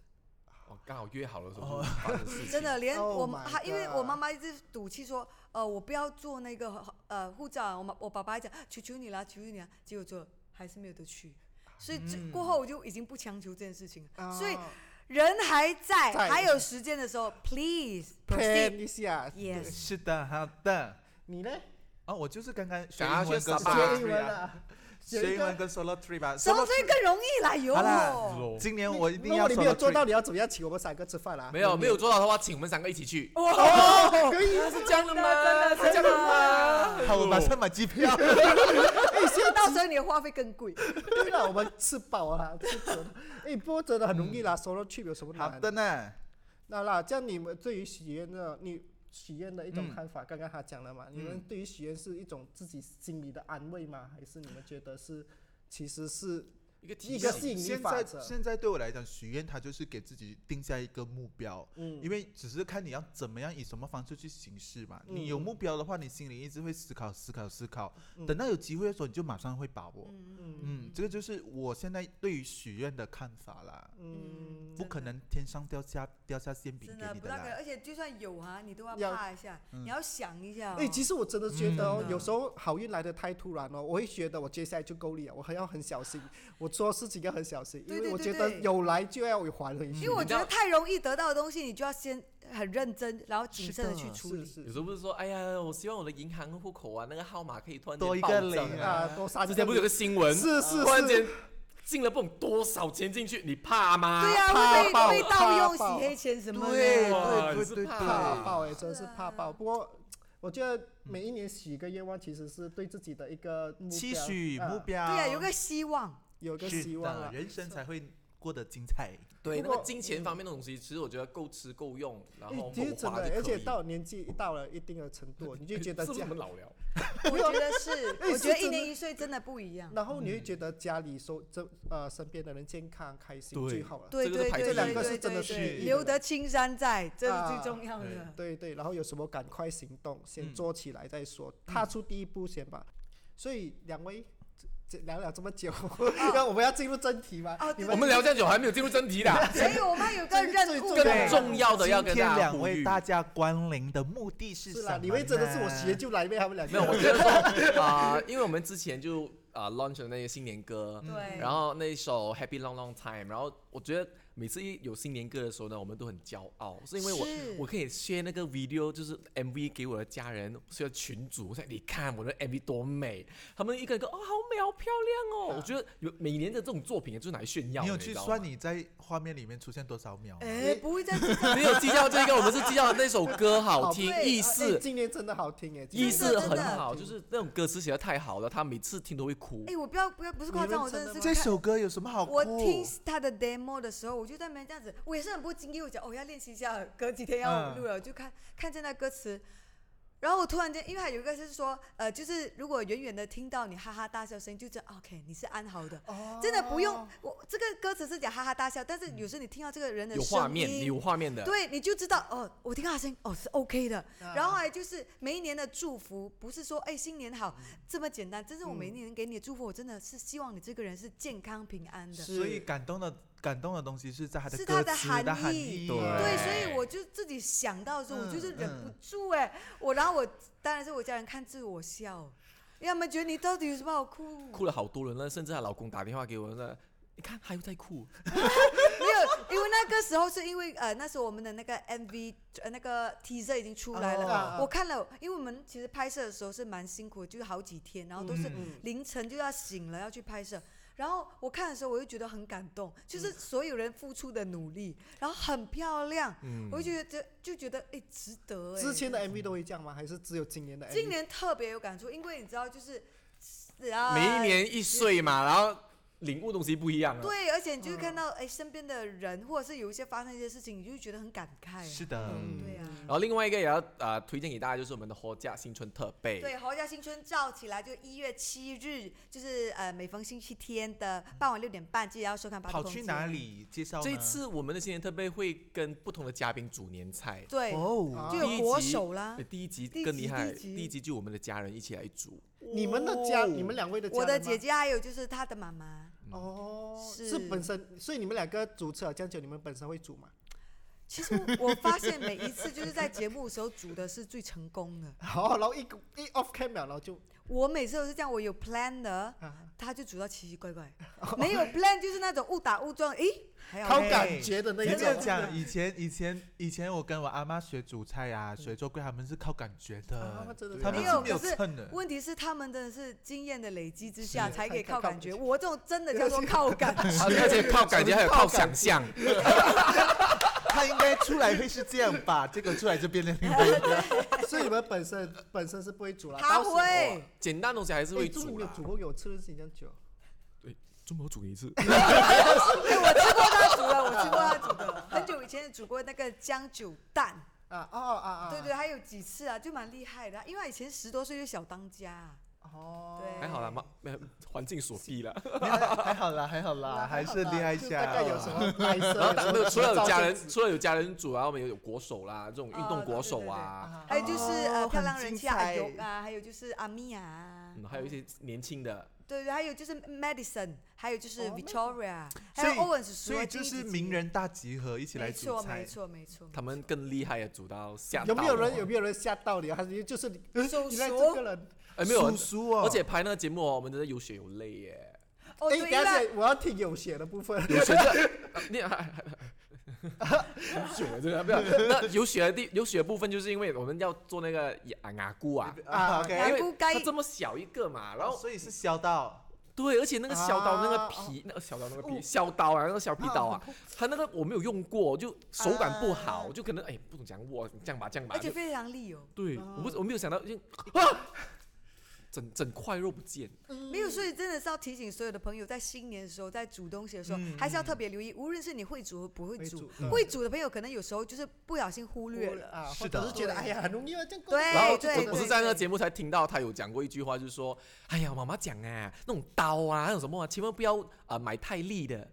S4: 哦，刚好约好了，时候就发生事情
S3: 真的连
S1: Oh
S3: 我
S1: my
S3: 还、因为我
S1: God
S3: 妈妈一直赌气说，呃，我不要做那个呃护照啊，我妈我爸爸一讲求求你啦，求求你啦，结果就还是没有得去。所以这
S1: 嗯
S3: 过后我就已经不强求这件事情了，所以
S1: 哦
S3: 人还在，
S1: 在
S3: 还有时间的时候，please
S1: plan
S3: proceed
S1: 一下，
S3: yes。
S2: 是的，好的。
S1: 你呢？
S2: 哦，我就是刚刚学
S4: 想要
S2: 英文
S4: 去
S2: 跟
S4: 沙巴
S2: solo
S1: 学英
S2: trip
S1: 文
S2: 啊，
S1: 啊，
S2: 学
S1: 学一
S2: 英文
S1: 个。
S2: 跟 solo trip 啊。
S3: 什么
S2: solo
S3: 最更容易啦，哟
S2: 好！啦，
S4: 哦
S2: 今年我一定
S1: 如
S2: 要 solo
S1: 果你没有做
S2: trip
S1: 到，你要怎么样请我们三个吃饭啊？
S4: 没有没有做到的话，请我们三个一起去。
S1: 哦，可以
S4: 是这样的吗？是这样的吗？
S2: 好，我马上买机票。
S1: 哎
S3: 到时候你的话费更贵。
S1: 对了，我们吃饱了， 吃饱了。哎，不过真的很容易啦，solo trip 有什么
S2: 嗯好
S1: 难
S2: 的呢，
S1: 那啦，这样你们对于许愿的你许愿的一种看法，刚刚他讲了嘛，你们对于许愿是一种自己心里的安慰吗？还是你们觉得是其实是
S4: 一个提
S1: 一个吸
S4: 醒，
S1: 引力
S2: 现
S1: 法
S2: 在
S1: 则？
S2: 现在对我来讲，许愿它就是给自己定下一个目标，
S1: 嗯
S2: 因为只是看你要怎么样以什么方式去行事嘛。
S1: 嗯
S2: 你有目标的话，你心里一直会思考、思考、思考，等到有机会的时候，你就马上会把握。
S1: 嗯
S2: 嗯，这个就是我现在对于许愿的看法啦。
S1: 嗯，
S2: 不可能天上掉下掉下馅饼
S3: 真
S2: 给
S3: 的
S2: 你
S3: 不
S2: 的
S3: 大可能，
S2: 啦。
S3: 而且就算有啊，你都要
S1: 要嗯
S3: 怕一下，你要想一下哦。
S1: 哎、其实我真的觉得、哦
S3: 嗯，
S1: 有时候好运来的太突然了、我会觉得我接下来就够力了，我还要很小心，我做事情要很小心，因
S3: 对对
S1: 为我
S3: 对
S1: 觉得
S3: 对
S1: 有来就要有还回去。
S3: 因为我
S4: 你
S3: 觉
S4: 知道
S3: 得太容易得到的东西，你就要先很认真，然后谨慎的去
S2: 是的
S3: 处理。
S1: 是
S4: 有
S1: 是
S4: 时候不是说，哎呀，我希望我的银行户口啊，那个号码可以突然间
S2: 多一
S4: 暴
S2: 个
S4: 增
S2: 零
S4: 啊。
S1: 啊，多三
S4: 之前不是有个新闻，
S1: 是是
S4: 突然
S1: 是
S4: 间进了不懂多少钱进去，你怕吗？
S3: 对呀、
S1: 怕
S3: 会
S1: 爆
S3: 被被盗用、
S1: 怕爆
S3: 洗黑钱什么的。
S2: 对
S4: 哇
S2: 对
S4: 你是
S2: 对对
S4: 怕
S1: 怕
S2: 对，
S1: 爆哎、真的是怕爆。不过我觉得每一年许一个愿望，其实是对自己的一个目标
S2: 期许目
S1: 啊
S2: 标。
S3: 对呀、有个希望。
S1: 有一个
S2: 是
S1: 希望
S2: 的
S1: 啊。
S2: 人生才会过得精彩。
S4: 对，
S1: 不
S4: 那
S1: 过
S4: 个金钱方面的东西，其实我觉得够吃够用，然后
S1: 其实
S4: 够
S1: 真
S4: 花
S1: 的，
S4: 就
S1: 而且
S4: 可以
S1: 到年纪到了一定的程度，你就觉 得
S4: 是不是
S1: 家
S4: 我，们老了？
S3: 我觉得是，
S1: 哎
S3: 我觉得
S1: 是
S3: 一
S1: 真的
S3: 年一岁真的不一样。
S1: 然后你会觉得家里收这呃身边的人健康开心
S2: 对
S1: 最好了。
S3: 对
S4: 这个
S3: 对
S4: 是排
S3: 对
S4: 斥
S3: 对
S4: 的
S3: 对
S1: 这个
S3: 对
S1: 是真的
S3: 对
S1: 是
S3: 对
S1: 一
S3: 留
S1: 个
S3: 得青山在，这是最
S1: 啊
S3: 重要
S2: 对
S3: 的。
S1: 对对，然后有什么赶快行动，先
S2: 嗯
S1: 做起来再说，踏出第一步先吧。
S3: 嗯
S1: 所以两位这这聊了这么久，
S3: 啊
S1: 要我们要进入正题吗？
S3: 哦
S1: 你
S3: 对
S1: 们
S4: 我们聊这样久还没有进入正 题的，
S3: 所以我们有个
S1: 这是
S3: 任
S1: 最
S3: 务
S1: 重
S3: 的
S1: 要
S4: 更
S1: 对
S4: 重要的要跟
S2: 今天
S4: 大家
S2: 两
S4: 呼
S2: 位
S4: 吁。
S2: 大家光临的目的是
S1: 是
S2: 什么
S1: 啦，
S2: 呢？
S1: 李威真的是我学就来呗，他们两
S4: 没有，我
S1: 个。
S4: 觉得说啊、因为我们之前就啊、launch 了那个新年歌，
S1: 嗯
S3: 对
S4: 然后那一首 Happy Long Long Time，然后我觉得每次一有新年歌的时候呢，我们都很骄傲，是因为我
S3: 是
S4: 我可以 share 那个 video，就是 MV 给我的家人，所以群主，我说你看我的 MV 多美，他们一个一个哦好美好漂亮
S1: 嗯
S4: 哦，我觉得有每年的这种作品就是拿来炫耀的，
S2: 你有
S4: 知
S2: 去
S4: 道吗
S2: 算你在画面里面出现多少秒吗？
S3: 哎，不会再计较
S4: 没有计较这个，我们是计较那首歌好听，
S3: 对
S4: 意
S1: 哎
S4: 思
S1: 今年真的好听哎，今
S4: 意
S1: 年
S4: 思
S3: 真
S4: 很
S3: 的
S4: 好，就是那种歌词写的太好了，他每次听都会哭。
S3: 哎，我不要不要，不是夸张，我真的是
S2: 这
S3: 看
S2: 首歌有什么好哭？
S3: 我听他的 demo 的时候，我就在那边这样子，我也是很不经意，我讲哦要练习一下，隔几天要
S2: 嗯
S3: 录了，我就看看着那歌词，然后我突然间，因为还有一个是说，呃，就是如果远远的听到你哈哈大笑声，就知道 OK 你是安好的，
S1: 哦
S3: 真的不用我这个歌词是讲哈哈大笑，但是有时候你听到这个人的
S4: 有
S3: 声
S4: 画面，
S3: 音
S4: 你有画面的。
S3: 对，你就知道哦，我听他的声音哦是 OK 的。然
S1: 啊
S3: 后还哎就是每一年的祝福，不是说哎新年好这么简单，真是我每一年给你的祝福，我真的是希望你这个人是健康平安的。
S1: 是
S2: 所以感动的感动的东西是在它的
S3: 是它
S2: 歌
S3: 的
S2: 词
S3: 含
S2: 的含
S3: 义
S2: 义。
S4: 对
S3: 对，所以我就自己想到的时候，我就是
S2: 嗯
S3: 忍
S2: 嗯
S3: 不住哎、我然后我当然是我家人看着我笑，因为他们觉得你到底有什么好哭？
S4: 哭了好多人了，甚至她老公打电话给我说：“你看，她又在哭。
S3: 没有，因为那个时候是因为呃，那时候我们的那个 MV 呃那个 teaser 已经出来了，
S1: 哦啊啊
S3: 我看了，因为我们其实拍摄的时候是蛮辛苦的，就是好几天，然后都是
S1: 嗯
S3: 凌晨就要醒了要去拍摄。然后我看的时候，我就觉得很感动，就是
S1: 嗯
S3: 所有人付出的努力，然后很漂亮，
S2: 嗯
S3: 我就觉得就觉得哎值得哎。
S1: 之前的 MV 都会这样吗？还是只有今年的 MV？
S3: 今年特别有感触，因为你知道就是，啊，
S4: 每一年一岁嘛，然后领悟东西不一样啊。
S3: 对，而且你就会
S1: 嗯
S3: 看到哎、身边的人，或者是有一些发生一些事情，你就会觉得很感慨、啊。
S2: 是的，
S1: 嗯
S3: 对啊。
S4: 然后另外一个也要啊、呃推荐给大家，就是我们的《活架新春特备》。
S3: 对，豪家新春照起来，就一月七日，就是呃，每逢星期天的傍晚六点半，记得要收看《八度
S2: 跑
S3: 空
S2: 去
S3: 间
S2: 哪？里介绍呢？
S4: 这次我们的新年特备会跟不同的嘉宾煮年菜。
S3: 对，
S2: 哦，
S1: 啊
S3: 就
S4: 第一
S3: 有国
S4: 集
S3: 手啦
S4: 对，。第一集
S3: 第一
S4: 更
S3: 集
S4: 厉害，
S3: 啊第一集
S4: 第一集就我们的家人一起来 煮。
S1: 嗯你们的家，
S2: 哦
S1: 你们两位的家
S3: 我
S1: 人吗，
S3: 的姐姐还有就是她的妈妈，
S1: 哦，
S3: 嗯是
S1: 是本身，所以你们两个主持了这样久，你们本身会 煮吗？
S3: 其实我我发现每一次就是在节目的时候煮的是最成功的。
S1: 好，哦然后一一 off cam 了，然后就
S3: 我每次都是这样，我有 plan 的
S1: 啊，
S3: 她就煮到奇奇怪 怪；没有 plan 就是那种误打误撞，诶，还好
S1: 靠
S3: 嘞
S1: 感觉的那
S2: 你
S1: 一
S2: 这样
S1: 种。
S2: 讲，以前以前以前我跟我阿妈学煮菜啊，学做龟，他们是靠感觉
S1: 啊
S2: 的
S1: 他真的，是
S2: 他们是没
S3: 没有
S2: 有
S3: 可是
S2: 秤的。
S3: 问题是他们真的是经验的累积之下
S1: 是
S3: 才可以
S1: 才可以
S3: 靠
S1: 靠
S3: 感觉，我这种真的叫做靠 感觉。
S4: 而且靠感觉还有靠想象，
S2: 他应该出来会是这样吧？结果出来就变成另外一个。
S1: 所以你们本身本身是不会煮啦。
S3: 他
S1: 到时候啊
S3: 会，
S4: 简单的东西还是
S1: 哎，
S4: 会
S1: 中午
S4: 煮
S1: 没有
S4: 啦
S1: 煮。过给我吃的事情这样久，
S4: 对，中午煮一次。
S3: 哎，我吃过他煮的，我吃过他煮的，很久以前煮过那个姜酒蛋，
S1: 啊哦啊啊，
S3: 对对，还有几次啊，就蛮厉害的啊。因为以前十多岁就小当家啊，
S1: 哦，
S3: 对，
S4: 哎还好啦，嘛，没有环境所逼啦。
S2: 还好啦，还好啦，还是厉害一
S1: 就
S2: 下。
S1: 大概有什么 拍摄？
S4: 然后除了除了有家
S1: 照镜
S4: 人，
S1: 子
S4: 除了有家人煮，然后我们有有国手啦，这种运
S3: 哦
S4: 动
S3: 对
S4: 国
S3: 对
S4: 手
S3: 对
S4: 啊，
S3: 还有就是呃
S2: 哦
S3: 漂亮
S2: 很
S3: 人
S2: 精
S3: 妻啊阿
S2: 彩
S3: 尤啊，还有就是阿米娅啊，
S4: 嗯，还有一些年轻的，
S3: 对对，还有就是 Madison，还有就是
S1: 哦
S3: Victoria，
S2: 所
S3: 还
S2: 以
S3: 有 Owen
S2: 所以就是名。人大集合，一起来
S3: 没
S2: 煮
S3: 错，
S2: 菜。
S3: 没错，没错。
S4: 他们更厉害的煮到吓
S1: 有
S4: 到啊
S1: 没有
S4: 我
S1: 人有没有人吓到你？还是就是你，呃
S3: 手
S1: 你来
S3: 熟
S1: 这个人？
S4: 哎没有，
S2: 叔叔哦，
S4: 而且拍那个节目哦，我们真的有血有泪耶，
S3: 哦，
S1: 哎，
S3: 对，
S1: 等一
S3: 因
S1: 下
S3: 为
S1: 我要听有血的部分。
S4: 有血的，啊你还还还有血的真的不要， 那有血的地有血的部分就是因为我们要做那个牙牙箍啊，
S2: 啊
S3: 牙
S4: 因
S2: ，OK，
S3: 牙
S4: 为
S3: 箍该
S4: 它这么小一个嘛，然后
S2: 所以是削到，
S4: 对，而且那个小刀那个
S1: 啊
S4: 皮，那个小刀那个皮，小刀啊，那个小皮刀啊，它那个我没有用过，就手感不好，就可能哎不懂怎样握，这样吧这样吧
S3: 而，且非常利哦。
S4: 对，我不我没有想到，就啊，整整块肉不见。
S3: 没有，所以真的是要提醒所有的朋友，在新年的时候，在煮东西的时候，
S2: 嗯
S3: 还是要特别留意，无论是你会煮和嗯不会
S1: 会
S3: 煮，
S1: 煮
S3: 会煮的朋友可能有时候就是不小心忽略了。
S1: 啊，
S2: 是
S1: 或者
S2: 的
S1: 是觉得
S3: 对
S1: 哎呀很容易啊，这样过
S3: 对
S1: 去
S4: 然后
S3: 对
S4: 我我是
S3: 对
S4: 在那个
S3: 对
S4: 节目才听到他有讲过一句话，就是说，哎呀，妈妈讲啊，那种刀啊，那种什么啊，千万不要呃买太利的。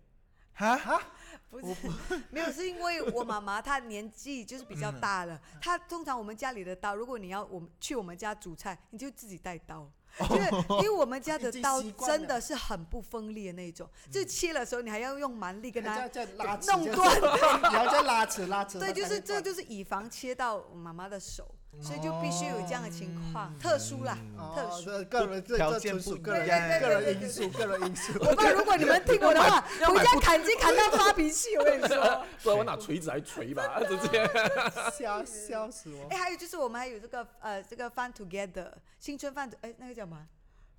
S2: 哈哈，
S3: 不是， 没有，是因为我妈妈她年纪就是比较大 了，她通常我们家里的刀，如果你要我们去我们家煮菜，你就自己带 刀。就是因为我们家的
S1: 已经
S3: 刀
S1: 习惯
S3: 真
S1: 了
S3: 的是很不锋利的那一种，就切的时候你还要用蛮力跟
S1: 这
S3: 它
S1: 样这样拉扯，
S3: 弄
S1: 这样
S3: 断，
S1: 然后再拉扯拉扯，
S3: 对，就是这
S1: 这
S3: 就是以防切到妈妈的手，所以就必须有这样的情况，特殊啦，
S4: 嗯
S3: 特
S1: 哦，
S3: 殊。
S1: 这个人这
S2: 条
S1: 这
S2: 件
S1: 纯属
S2: 不
S1: 个
S2: 一样
S1: 人个人因素，个人 因素。
S4: 哦
S3: 我怕如果你们听我的话，
S4: 要买
S3: 回家砍鸡砍到发脾气，我跟 你说。
S4: 不然我拿锤子来锤吧，直接。
S1: 笑笑死我
S3: 哎、！还有就是我们还有这个呃，这个 Fun Together 新春饭，哎、那个叫什么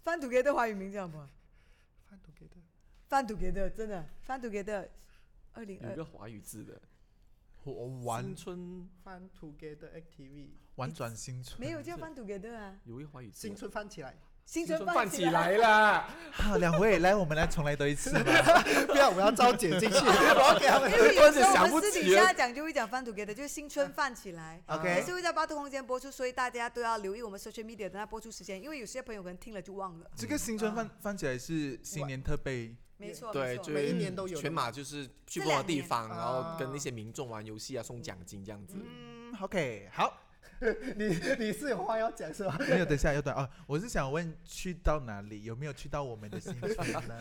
S3: ？Fun Together 华语名叫什么
S1: 翻图给他，
S3: ？Fun Together 真的 Fun Together 二零
S4: 有一
S3: 二
S4: 个华语字的，
S2: 我玩
S4: 新春
S1: 翻图给的 ATV，
S2: 玩转新春，
S3: 没 有叫 Fun Together 啊，
S4: 有一个华语字
S1: 新
S4: 的，
S1: 春翻起来，
S4: 新
S3: 新春
S4: 春
S3: 饭
S4: 饭
S3: 起
S4: 起
S3: 来。
S4: 来啦。
S2: 好，啊两位来，我们来重来多一次吧。
S1: 不要我们要招姐进去，我要给他们
S3: 因为有 时候
S4: 想
S3: 我
S4: 不
S3: 们私底
S4: 起了嗯
S3: 下讲就会讲 Fun Together，就是新春饭起来。也
S2: OK，
S3: 是会在八度空间播出，所以大家都要留意我们 social media 等它播出时间，因为有些朋友可能听了就忘了。
S2: 这个新春翻翻起来是新年特备，
S3: 没错，
S4: 对，
S3: 没
S4: 就
S3: 错。
S1: 哦每一年都有的
S4: 全
S1: 嘛
S4: 马就是去
S3: 这
S4: 不同的
S3: 两
S4: 地
S3: 年
S4: 方，然后跟
S1: 啊
S4: 那些民众玩游戏啊，送奖金这样子。
S2: 嗯，OK，好。
S1: 你你是有话要讲是吧？
S2: 没有，等一下有短啊！我是想问去到哪里，有没有去到我们的新春呢？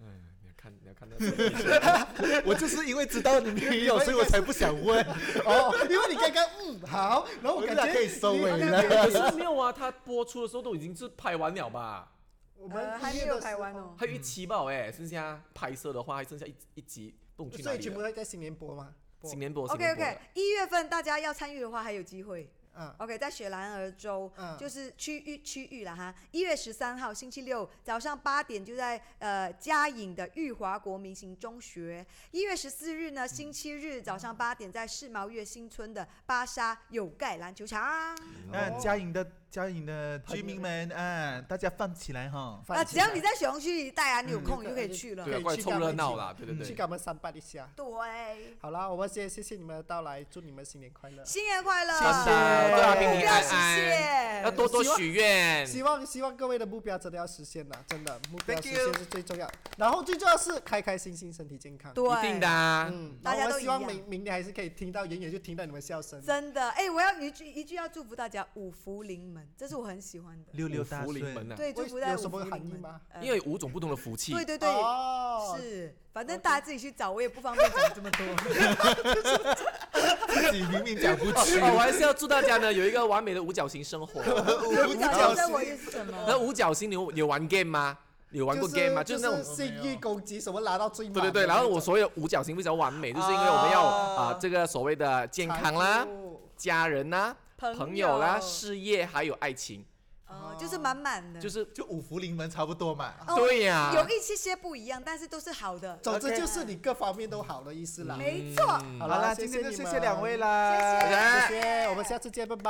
S4: 嗯，你要看，你要看那个
S2: 我就是因为知道你没有，所以我才不想问。
S1: 哦，因为你刚刚嗯好，然后我
S2: 我们
S1: 感
S2: 俩
S1: 觉
S2: 可以收尾了
S1: 你好像
S4: 可
S1: 可以
S4: 是没有啊，它播出的时候都已经是拍完了吧？
S1: 我
S3: 呃
S1: 们
S3: 还没有拍完
S1: 哦，
S3: 哦。
S4: 还有一期吧，哎，剩下拍摄的话还剩下一一集，不
S2: 啊
S4: 懂去哪
S1: 所以
S4: 里
S1: 全部
S4: 了。
S1: 会在新年播吗？播
S4: 新年播，新
S3: OK
S4: 年播
S3: OK，
S4: 了
S3: 一月份大家要参与的话还有机会。
S1: 嗯
S3: OK，在雪兰莪州，
S1: 嗯
S3: 就是啊区域区域了哈。一月十三号星期六早上八点，就在呃嘉颖的裕华国民型中学。一月十四日呢，星期日早上八点，在世贸月新村的巴沙有盖篮球场。
S4: 嗯
S2: 那
S1: 哦
S2: 嗯嘉颖的嘉颖的居民们啊，大家放起来哈！
S1: 反
S3: 啊，
S1: 起
S3: 只要
S1: 来
S3: 你在雪红区一带啊，你有
S1: 嗯
S3: 空你就可以去了。
S4: 对啊，
S1: 可以
S4: 过来
S1: 去
S4: 凑
S1: 干
S4: 热
S1: 嘛
S4: 闹
S1: 去
S4: 啦，对对
S1: 嗯去
S4: 对
S1: 给。他们三拜一下。
S3: 对，
S1: 好啦，我们先谢谢你们的到来，祝你们新年快乐。
S3: 新年快乐！
S2: 谢谢
S4: 大家
S3: 目
S4: 平平
S3: 标
S4: 安
S3: 实
S4: 安，
S3: 现
S4: 要多多许愿。
S1: 希望希望各位的目标真的要实现了，真的目标
S2: Thank
S1: 实现是最重要。然后最重要是开开心心，身体健康。
S3: 对，
S4: 一定的啊，
S1: 嗯，
S3: 大家
S1: 然后
S3: 都
S1: 我
S3: 一
S1: 希望
S3: 样
S1: 明明年还是可以听到，远远就听到你们笑声。
S3: 真的，哎、我要一句一句要祝福大家五福临门，这是我很喜欢的。
S2: 六六大
S4: 福临门
S2: 顺，
S4: 啊，
S3: 对，
S1: 我
S3: 祝福大家
S1: 有
S3: 五
S1: 什
S3: 福
S1: 么含
S3: 临
S1: 义
S3: 门。
S1: 吗？
S3: 呃
S4: 因为有五种不同的福气。
S3: 对对对，
S1: 哦，
S3: 是，反正大家自己去找，我也不方便讲这么多。
S2: 自己明明讲不出。
S4: 哦我还是要祝大家呢有一个完美的五角星生活。
S3: 我不讲
S1: 角
S3: 生活意思什么？
S4: 那 五角星你有有玩 game 吗？你有玩过 game 吗？
S1: 就
S4: 就是那种。
S1: 信义攻击什么拿到最满
S4: 对
S1: 的
S4: 对对，
S1: 那种。
S4: 然后我所有五角星为什么完美，就是因为我们要啊、这个所谓的健康啦
S1: 财、富
S4: 家人啦、
S3: 朋
S4: 朋友啦、事业还有爱情，
S3: 哦，就是满满的，哦
S4: 就是是
S2: 就五福临门差不多嘛。
S4: 对啊嗯呀
S3: 有一些些不一样，但是都是好的。
S1: 总之
S2: OK
S1: 就是你各方面都好的意思啦。
S3: 没错，
S4: 嗯
S2: 好
S1: 好
S2: 啦，
S1: 啦，
S2: 今天就
S1: 你
S2: 谢
S1: 们
S2: 谢两位啦，
S4: 谢
S1: 谢谢，我们下次见，拜拜，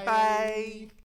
S2: 拜拜。